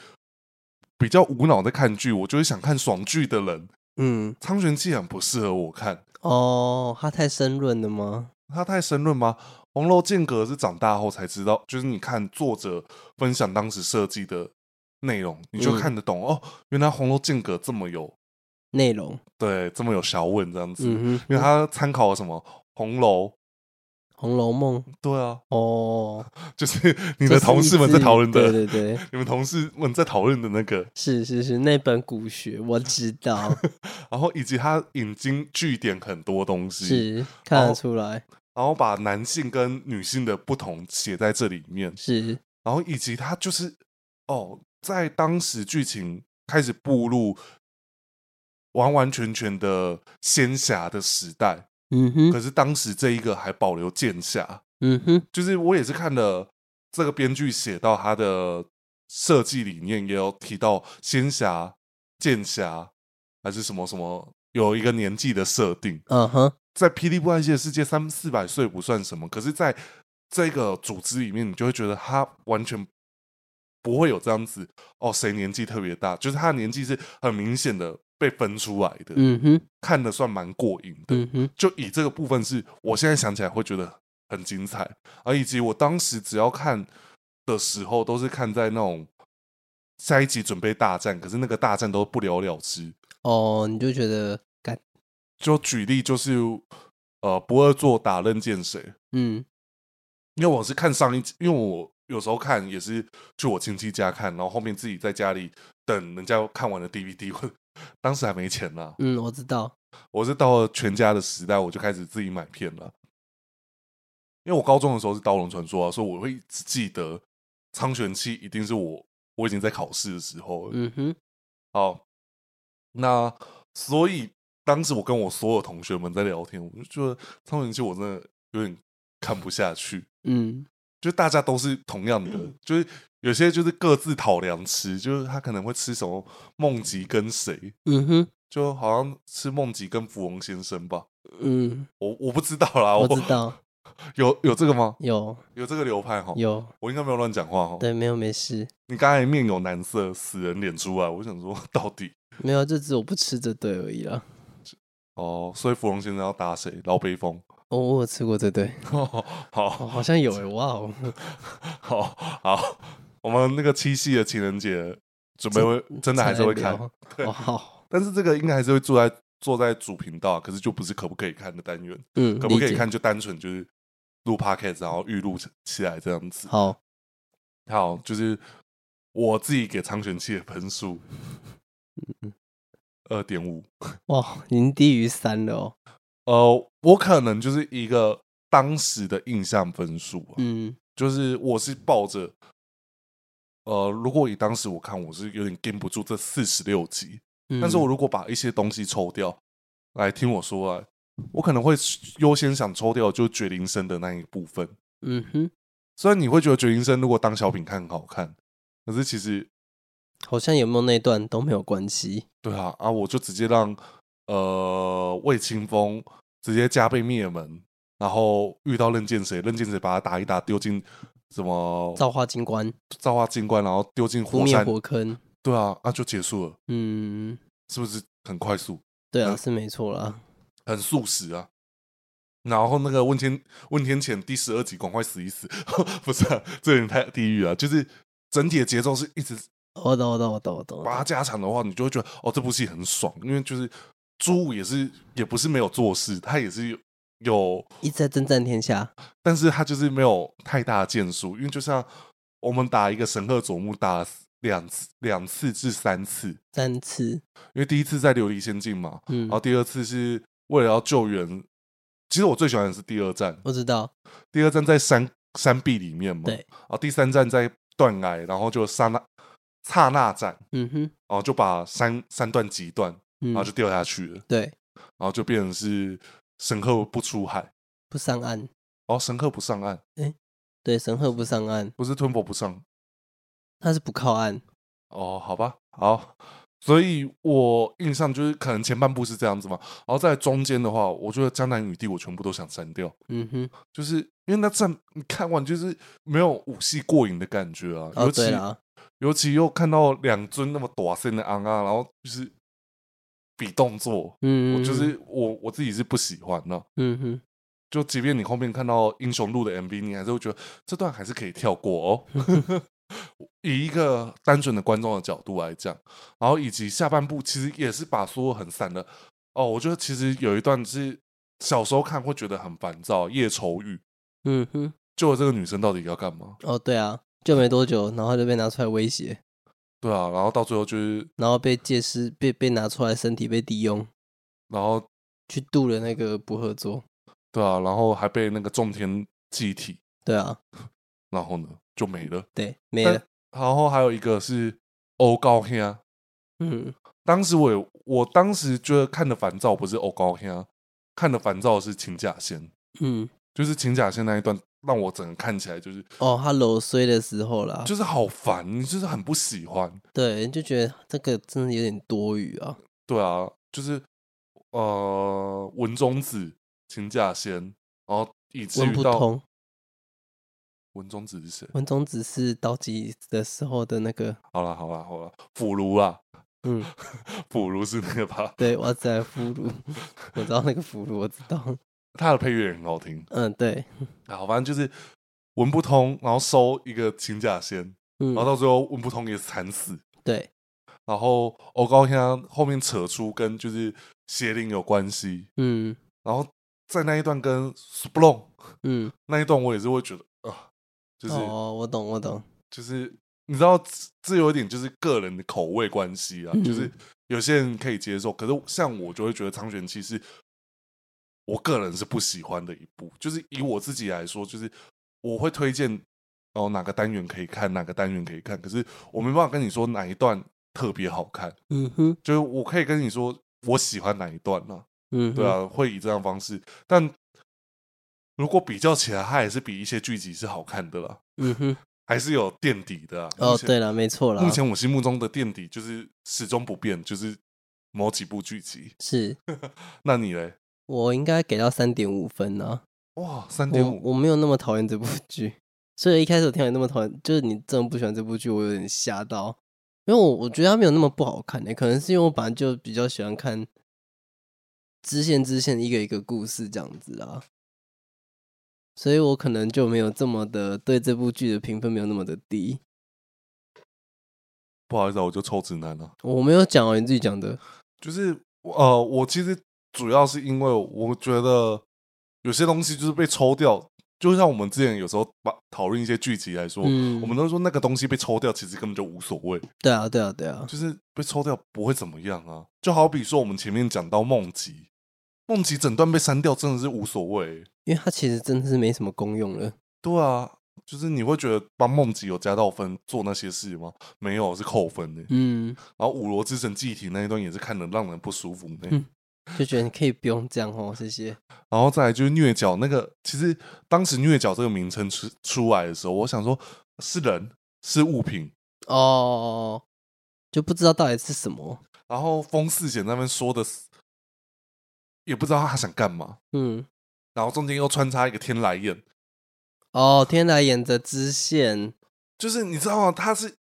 [SPEAKER 1] 比较无脑在看剧，我就会想看爽剧的人，《
[SPEAKER 2] 嗯，
[SPEAKER 1] 苍玄记》很不适合我看，
[SPEAKER 2] 哦，他太深润了吗？
[SPEAKER 1] 它太深论吗？《红楼剑阁》是长大后才知道，就是你看作者分享当时设计的内容，你就
[SPEAKER 2] 嗯
[SPEAKER 1] 看得懂、哦，原来《红楼剑阁》这么有
[SPEAKER 2] 内容，
[SPEAKER 1] 对这么有学问这样子，
[SPEAKER 2] 嗯
[SPEAKER 1] 因为
[SPEAKER 2] 哼，《
[SPEAKER 1] 他参考了什么红楼，
[SPEAKER 2] 红楼梦》
[SPEAKER 1] 对啊，
[SPEAKER 2] 哦，
[SPEAKER 1] 就是 你
[SPEAKER 2] 你
[SPEAKER 1] 的同事们在讨论的，
[SPEAKER 2] 对对对，
[SPEAKER 1] 你们同事们在讨论的那个，
[SPEAKER 2] 是是是，那本古学我知 道，
[SPEAKER 1] 然后以及他引经据典很多东西，
[SPEAKER 2] 是看
[SPEAKER 1] 哦
[SPEAKER 2] 得出来，
[SPEAKER 1] 然后把男性跟女性的不同写在这里面，
[SPEAKER 2] 是
[SPEAKER 1] 然后以及他就是哦，在当时剧情开始步入完完全全的仙侠的时代，
[SPEAKER 2] 嗯哼，
[SPEAKER 1] 可是当时这一个还保留剑侠，
[SPEAKER 2] 嗯哼，
[SPEAKER 1] 就是我也是看了这个编剧写到他的设计理念，也有提到仙侠、剑侠还是什么什么，有一个年纪的设定。
[SPEAKER 2] 嗯哼，
[SPEAKER 1] 在霹雳布袋戏的世界，三四百岁不算什么，可是在这个组织里面，你就会觉得他完全不会有这样子哦，谁年纪特别大，就是他的年纪是很明显的被分出来的，
[SPEAKER 2] 嗯哼，
[SPEAKER 1] 看的算蛮过瘾的。
[SPEAKER 2] 嗯哼，
[SPEAKER 1] 就以这个部分是，我现在想起来会觉得很精彩，而以及我当时只要看的时候，都是看在那种下一集准备大战，可是那个大战都不了了之。
[SPEAKER 2] 哦，你就觉得感，
[SPEAKER 1] 就举例就是，呃，不二座打任见谁，
[SPEAKER 2] 嗯
[SPEAKER 1] 因为我是看上一集，因为我有时候看也是去我亲戚家看，然后后面自己在家里等人家看完的 DVD，我 当时还没钱呢、
[SPEAKER 2] 嗯，我知道，
[SPEAKER 1] 我是到了全家的时代，我就开始自己买片了。因为我高中的时候是《刀龙传说》啊，所以我会一直记得《苍玄期》一定是我我已经在考试的时候了。
[SPEAKER 2] 嗯哼，
[SPEAKER 1] 好，那所以当时我跟我所有同学们在聊天，我就觉得《苍玄期》我真的有点看不下去，
[SPEAKER 2] 嗯，
[SPEAKER 1] 就大家都是同样的，就是有些就是各自讨粮吃，就是他可能会吃什么梦吉跟谁，
[SPEAKER 2] 嗯哼，
[SPEAKER 1] 就好像吃梦吉跟芙蓉先生吧。
[SPEAKER 2] 嗯，
[SPEAKER 1] 我我不知道啦，
[SPEAKER 2] 我
[SPEAKER 1] 我
[SPEAKER 2] 知道，
[SPEAKER 1] 有有这个吗？
[SPEAKER 2] 有
[SPEAKER 1] 有这个流派哈？
[SPEAKER 2] 有，
[SPEAKER 1] 我应该没有乱讲话哈。
[SPEAKER 2] 对，没有没事，
[SPEAKER 1] 你刚才面有难色，死人脸出来，我想说到底
[SPEAKER 2] 没有，就只有不吃这对而已啦。
[SPEAKER 1] 哦，所以芙蓉先生要打谁？老北风。
[SPEAKER 2] 哦，我有吃过这对，哦，
[SPEAKER 1] 好
[SPEAKER 2] 好像有诶，哇哦，
[SPEAKER 1] 好好，我们那个七夕的情人节准备会 真的还是 会看，
[SPEAKER 2] 哦，好，
[SPEAKER 1] 但是这个应该还是会坐在坐在主频道，可是就不是可不可以看的单元，
[SPEAKER 2] 嗯，
[SPEAKER 1] 可不可
[SPEAKER 2] 理
[SPEAKER 1] 以
[SPEAKER 2] 解？
[SPEAKER 1] 看就单纯就是录 podcast 然后预录起来这样子。
[SPEAKER 2] 好，
[SPEAKER 1] 好，就是我自己给苍玄气的分数
[SPEAKER 2] 嗯
[SPEAKER 1] 二点五，
[SPEAKER 2] 哇，已经低于三了哦，
[SPEAKER 1] 呃，我可能就是一个当时的印象分数啊，
[SPEAKER 2] 嗯，
[SPEAKER 1] 就是我是抱着，呃，如果以当时我看，我是有点跟不住这四十六集，
[SPEAKER 2] 嗯
[SPEAKER 1] 但是我如果把一些东西抽掉，来听我说啊，我可能会优先想抽掉就是绝灵生的那一部分。
[SPEAKER 2] 嗯哼，
[SPEAKER 1] 虽然你会觉得绝灵生如果当小品看很好看，可是其实
[SPEAKER 2] 好像有没有那一段都没有关系，
[SPEAKER 1] 对啊啊，我就直接让呃魏清风直接加倍灭门，然后遇到任剑谁，任剑谁把他打一打丢进什么
[SPEAKER 2] 造化金冠，
[SPEAKER 1] 造化金冠，然后丢进
[SPEAKER 2] 扑
[SPEAKER 1] 火
[SPEAKER 2] 灭
[SPEAKER 1] 山，
[SPEAKER 2] 火坑，
[SPEAKER 1] 对啊啊就结束了，
[SPEAKER 2] 嗯，
[SPEAKER 1] 是不是很快速，
[SPEAKER 2] 对啊，
[SPEAKER 1] 嗯
[SPEAKER 2] 是没错啦，
[SPEAKER 1] 很速食啊？然后那个问天问天谴第十二集赶快死一死， 不是、啊、这有点太地狱了，就是整体的节奏是一直
[SPEAKER 2] 我懂，我懂，我懂，我懂，我
[SPEAKER 1] 把它
[SPEAKER 2] 懂
[SPEAKER 1] 加强的话，你就会觉得哦，这部戏很爽，因为就是朱武也是也不是没有做事，他也是有有，
[SPEAKER 2] 一直在征战天下，
[SPEAKER 1] 但是他就是没有太大的建树，因为就像我们打一个神鹤佐木打两次两次至三次，因
[SPEAKER 2] 三次，
[SPEAKER 1] 为第一次在琉璃仙境嘛，
[SPEAKER 2] 嗯
[SPEAKER 1] 然，后第二次是为了要救援，其实我最喜欢的是第二站，
[SPEAKER 2] 我知道，
[SPEAKER 1] 第二站在山山壁里面嘛，
[SPEAKER 2] 对，
[SPEAKER 1] 然后第三站在断崖，然后就刹那刹那站，
[SPEAKER 2] 嗯哼，
[SPEAKER 1] 然后就把三三段截断，然后
[SPEAKER 2] 嗯
[SPEAKER 1] 就，掉下去了。
[SPEAKER 2] 对，
[SPEAKER 1] 然后就变成是神鹤不出海，
[SPEAKER 2] 不上岸，
[SPEAKER 1] 哦，神鹤不上岸，
[SPEAKER 2] 对，神鹤不上岸，
[SPEAKER 1] 不是吞佛不上，
[SPEAKER 2] 他是不靠岸，
[SPEAKER 1] 哦，好吧，好，所以我印象就是可能前半部是这样子嘛，然后在中间的话，我觉得江南雨地我全部都想删掉，
[SPEAKER 2] 嗯哼，
[SPEAKER 1] 就是因为那站你看完就是没有武戏过瘾的感觉啊，
[SPEAKER 2] 哦，
[SPEAKER 1] 尤其
[SPEAKER 2] 对啦，
[SPEAKER 1] 尤其又看到两尊那么短身的昂啊，然后就是比动作，
[SPEAKER 2] 嗯，
[SPEAKER 1] 我就
[SPEAKER 2] 嗯，
[SPEAKER 1] 是我我自己是不喜欢的、
[SPEAKER 2] 嗯哼，
[SPEAKER 1] 就即便你后面看到英雄路的 MV，你还是会觉得这段还是可以跳过哦。 以一个单纯的观众的角度来讲，然后以及下半部其实也是把所有很散的哦，我觉得其实有一段是小时候看会觉得很烦躁，夜愁雨，
[SPEAKER 2] 嗯哼，
[SPEAKER 1] 就这个女生到底要干嘛？
[SPEAKER 2] 哦，对啊，就没多久，然后就被拿出来威胁，
[SPEAKER 1] 对啊，然后到最后就是，
[SPEAKER 2] 然后被借尸，被被拿出来身体被利用，
[SPEAKER 1] 然后
[SPEAKER 2] 去渡了那个不合作，
[SPEAKER 1] 对啊，然后还被那个中天祭体，
[SPEAKER 2] 对啊，
[SPEAKER 1] 然后呢就没了。
[SPEAKER 2] 对，没
[SPEAKER 1] 但
[SPEAKER 2] 了，
[SPEAKER 1] 然后还有一个是欧高黑啊，
[SPEAKER 2] 嗯，
[SPEAKER 1] 当时我有，我当时觉得看的烦躁不是欧高香，看的烦躁是秦假仙，
[SPEAKER 2] 嗯，
[SPEAKER 1] 就是秦假仙那一段让我整个看起来就是
[SPEAKER 2] 哦，他揉碎的时候啦，
[SPEAKER 1] 就是好烦，你就是很不喜欢，
[SPEAKER 2] 对，就觉得这个真的有点多余啊。
[SPEAKER 1] 对啊，就是呃文中子、秦假仙，然后以至
[SPEAKER 2] 文
[SPEAKER 1] 于
[SPEAKER 2] 不
[SPEAKER 1] 到
[SPEAKER 2] 通，
[SPEAKER 1] 文中子是谁？
[SPEAKER 2] 文中只是刀戟的时候的那个，
[SPEAKER 1] 好了好了好了，腐儒啊，
[SPEAKER 2] 嗯，
[SPEAKER 1] 腐儒是那个吧？
[SPEAKER 2] 对，哇塞，俘虏， 我知道那个俘虏，我知道，
[SPEAKER 1] 他的配乐也很好听，
[SPEAKER 2] 嗯，对，
[SPEAKER 1] 好，反正就是文不通，然后收一个秦假仙，
[SPEAKER 2] 嗯
[SPEAKER 1] 然后，到最后文不通也惨死。
[SPEAKER 2] 对，
[SPEAKER 1] 然后欧高香后面扯出跟就是邪灵有关系，
[SPEAKER 2] 嗯
[SPEAKER 1] 然后在那一段跟 Splong
[SPEAKER 2] 嗯，
[SPEAKER 1] 那一段，我也是会觉得啊、就是、
[SPEAKER 2] 哦，我懂，我懂，
[SPEAKER 1] 就是你知道这这有一点就是个人的口味关系啊，
[SPEAKER 2] 嗯
[SPEAKER 1] 就是有些人可以接受，可是像我就会觉得苍玄气是我个人是不喜欢的一部，就是以我自己来说，就是我会推荐哦哪个单元可以看，哪个单元可以看，可是我没办法跟你说哪一段特别好看。
[SPEAKER 2] 嗯哼，
[SPEAKER 1] 就是我可以跟你说我喜欢哪一段呢、
[SPEAKER 2] 嗯哼，
[SPEAKER 1] 对啊，会以这样方式。但如果比较起来，它也是比一些剧集是好看的啦，
[SPEAKER 2] 嗯哼，
[SPEAKER 1] 还是有垫底的、啊。目
[SPEAKER 2] 哦，
[SPEAKER 1] 前
[SPEAKER 2] 对，了，没错啦，
[SPEAKER 1] 目前我心目中的垫底就是始终不变，就是某几部剧集。
[SPEAKER 2] 是
[SPEAKER 1] 那你嘞？
[SPEAKER 2] 我应该给到三点五分呢，啊
[SPEAKER 1] 哇，三点
[SPEAKER 2] 我
[SPEAKER 1] 五，
[SPEAKER 2] 我没有那么讨厌这部剧， 所以一开始我听到你那么讨厌，就是你真的不喜欢这部剧，我有点吓到，因为我我觉得它没有那么不好看的、欸可能是因为我本来就比较喜欢看支线支线一个一个故事这样子啦，所以我可能就没有这么的对这部剧的评分没有那么的低。
[SPEAKER 1] 不好意思、啊，我就臭直男了、
[SPEAKER 2] 我没有讲哦，你自己讲的，
[SPEAKER 1] 就是呃，我其实主要是因为我觉得有些东西就是被抽掉，就像我们之前有时候把讨论一些剧集来说，
[SPEAKER 2] 嗯，
[SPEAKER 1] 我们都说那个东西被抽掉，其实根本就无所谓，
[SPEAKER 2] 对啊，对啊，对啊，
[SPEAKER 1] 就是被抽掉不会怎么样啊。就好比说我们前面讲到梦吉，梦吉整段被删掉真的是无所谓、
[SPEAKER 2] 因为它其实真的是没什么功用了。
[SPEAKER 1] 对啊，就是你会觉得帮梦吉有加到分做那些事吗？没有，是扣分的、欸
[SPEAKER 2] 嗯，
[SPEAKER 1] 然后五罗之神祭体那一段也是看得让人不舒服呢、
[SPEAKER 2] 嗯就觉得你可以不用这样哦，谢谢。
[SPEAKER 1] 然后再来就是虐角那个，其实当时虐角这个名称出出来的时候，我想说是人是物品，
[SPEAKER 2] 哦，就不知道到底是什么。
[SPEAKER 1] 然后风四姐那边说的是也不知道他想干嘛，
[SPEAKER 2] 嗯，
[SPEAKER 1] 然后中间又穿插一个天来眼，
[SPEAKER 2] 哦，天来沿着支线，
[SPEAKER 1] 就是你知道吗？他是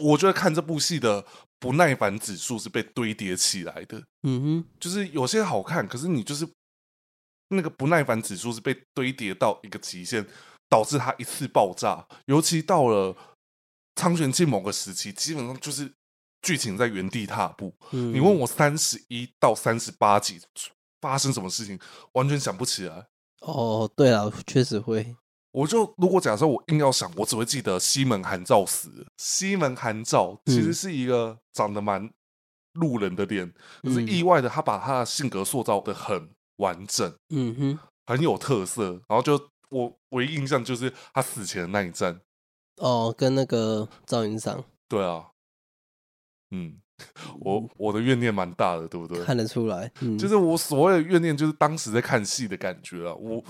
[SPEAKER 1] 我觉得看这部戏的不耐烦指数是被堆叠起来的，
[SPEAKER 2] 嗯哼，
[SPEAKER 1] 就是有些好看，可是你就是那个不耐烦指数是被堆叠到一个极限，导致它一次爆炸。尤其到了苍玄纪某个时期，基本上就是剧情在原地踏步。
[SPEAKER 2] 嗯
[SPEAKER 1] 你问我三十一到三十八集发生什么事情，完全想不起来。
[SPEAKER 2] 哦，对了，确实会，
[SPEAKER 1] 我就如果假设我硬要想，我只会记得西门韩照死了。西门韩照其实
[SPEAKER 2] 嗯
[SPEAKER 1] 是一个长得蛮路人的脸，可是
[SPEAKER 2] 嗯
[SPEAKER 1] 意外的他把他的性格塑造的很完整，
[SPEAKER 2] 嗯哼，
[SPEAKER 1] 很有特色。然后就我唯一印象就是他死前的那一战，
[SPEAKER 2] 哦，跟那个赵云赏
[SPEAKER 1] 对啊，嗯， 我我的怨念蛮大的，对不对？
[SPEAKER 2] 看得出来，嗯，
[SPEAKER 1] 就是我所谓的怨念，就是当时在看戏的感觉啊。我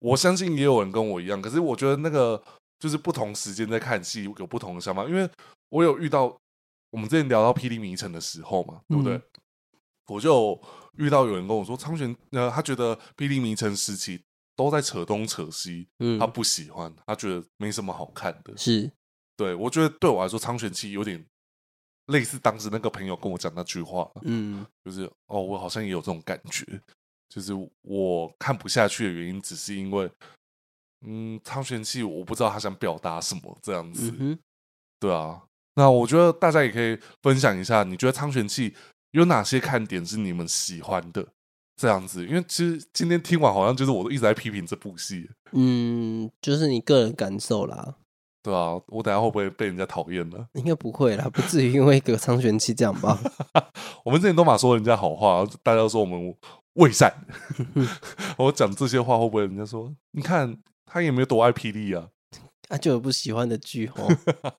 [SPEAKER 1] 我相信也有人跟我一样，可是我觉得那个就是不同时间在看戏有不同的想法，因为我有遇到我们之前聊到《霹雳迷城》的时候嘛，对不对？
[SPEAKER 2] 嗯
[SPEAKER 1] 我就遇到有人跟我说，苍玄呃，他觉得《霹雳迷城》时期都在扯东扯西，
[SPEAKER 2] 嗯
[SPEAKER 1] 他不喜欢，他觉得没什么好看的。
[SPEAKER 2] 是，
[SPEAKER 1] 对我觉得对我来说，苍玄期有点类似当时那个朋友跟我讲那句话，啊
[SPEAKER 2] 嗯
[SPEAKER 1] 就是哦，我好像也有这种感觉，就是我看不下去的原因，只是因为，嗯，苍玄气我不知道他想表达什么这样子，
[SPEAKER 2] 嗯哼，
[SPEAKER 1] 对啊。那我觉得大家也可以分享一下，你觉得苍玄气有哪些看点是你们喜欢的这样子？因为其实今天听完，好像就是我都一直在批评这部戏，
[SPEAKER 2] 嗯，就是你个人感受啦，
[SPEAKER 1] 对啊。我等下会不会被人家讨厌呢？
[SPEAKER 2] 应该不会啦，不至于因为一个苍玄期这样 吧？
[SPEAKER 1] 我们之前都嘛说人家好话，大家都说我们伪善。我讲这些话会不会人家说？你看他也没有多爱霹雳啊。
[SPEAKER 2] 啊，就有不喜欢的剧 哦，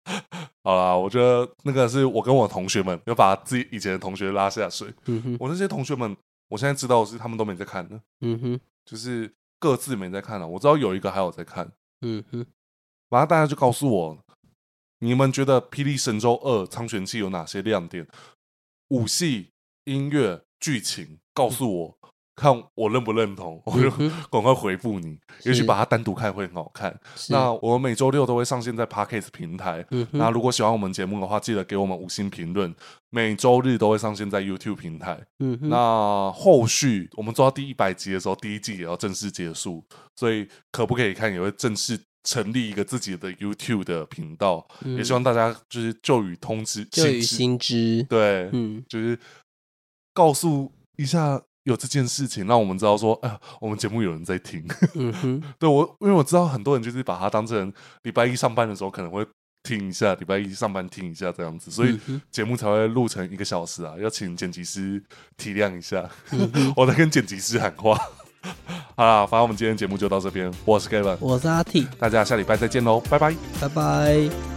[SPEAKER 1] 好啦，我觉得那个是我跟我同学们要把自己以前的同学拉下水。
[SPEAKER 2] 嗯哼，
[SPEAKER 1] 我那些同学们，我现在知道的是他们都没在看了，
[SPEAKER 2] 嗯哼，
[SPEAKER 1] 就是各自没在看了。我知道有一个还有在看，
[SPEAKER 2] 嗯哼，
[SPEAKER 1] 然后大家就告诉我，你们觉得《霹雳神州二》《苍玄记》有哪些亮点？武戏、音乐、剧情，告诉我，看我认不认同，我就
[SPEAKER 2] 嗯哼
[SPEAKER 1] 赶快回复你。也许
[SPEAKER 2] 是
[SPEAKER 1] 把它单独看会很好看。
[SPEAKER 2] 是
[SPEAKER 1] 那我们每周六都会上线在 Parkes 平台。
[SPEAKER 2] 嗯
[SPEAKER 1] 那
[SPEAKER 2] 哼，
[SPEAKER 1] 如果喜欢我们节目的话，记得给我们五星评论。每周日都会上线在 YouTube 平台。
[SPEAKER 2] 嗯哼，
[SPEAKER 1] 那后续我们做到第一百集的时候，第一季也要正式结束，所以可不可以看也会正式成立一个自己的 YouTube 的频道，
[SPEAKER 2] 嗯
[SPEAKER 1] 也希望大家就是就与通知，
[SPEAKER 2] 就于
[SPEAKER 1] 知
[SPEAKER 2] 心知，
[SPEAKER 1] 对，
[SPEAKER 2] 嗯，
[SPEAKER 1] 就是告诉一下有这件事情，让我们知道说，啊、我们节目有人在听。
[SPEAKER 2] 嗯哼，
[SPEAKER 1] 对我，因为我知道很多人就是把它当成礼拜一上班的时候可能会听一下，礼拜一上班听一下这样子，所以
[SPEAKER 2] 嗯哼
[SPEAKER 1] 节目才会录成一个小时啊，要请剪辑师体谅一下，
[SPEAKER 2] 嗯
[SPEAKER 1] 我在跟剪辑师喊话。 好啦，反正我们今天节目就到这边，我是 Gavin，
[SPEAKER 2] 我是阿 T，
[SPEAKER 1] 大家下礼拜再见喽，拜拜。
[SPEAKER 2] 拜拜。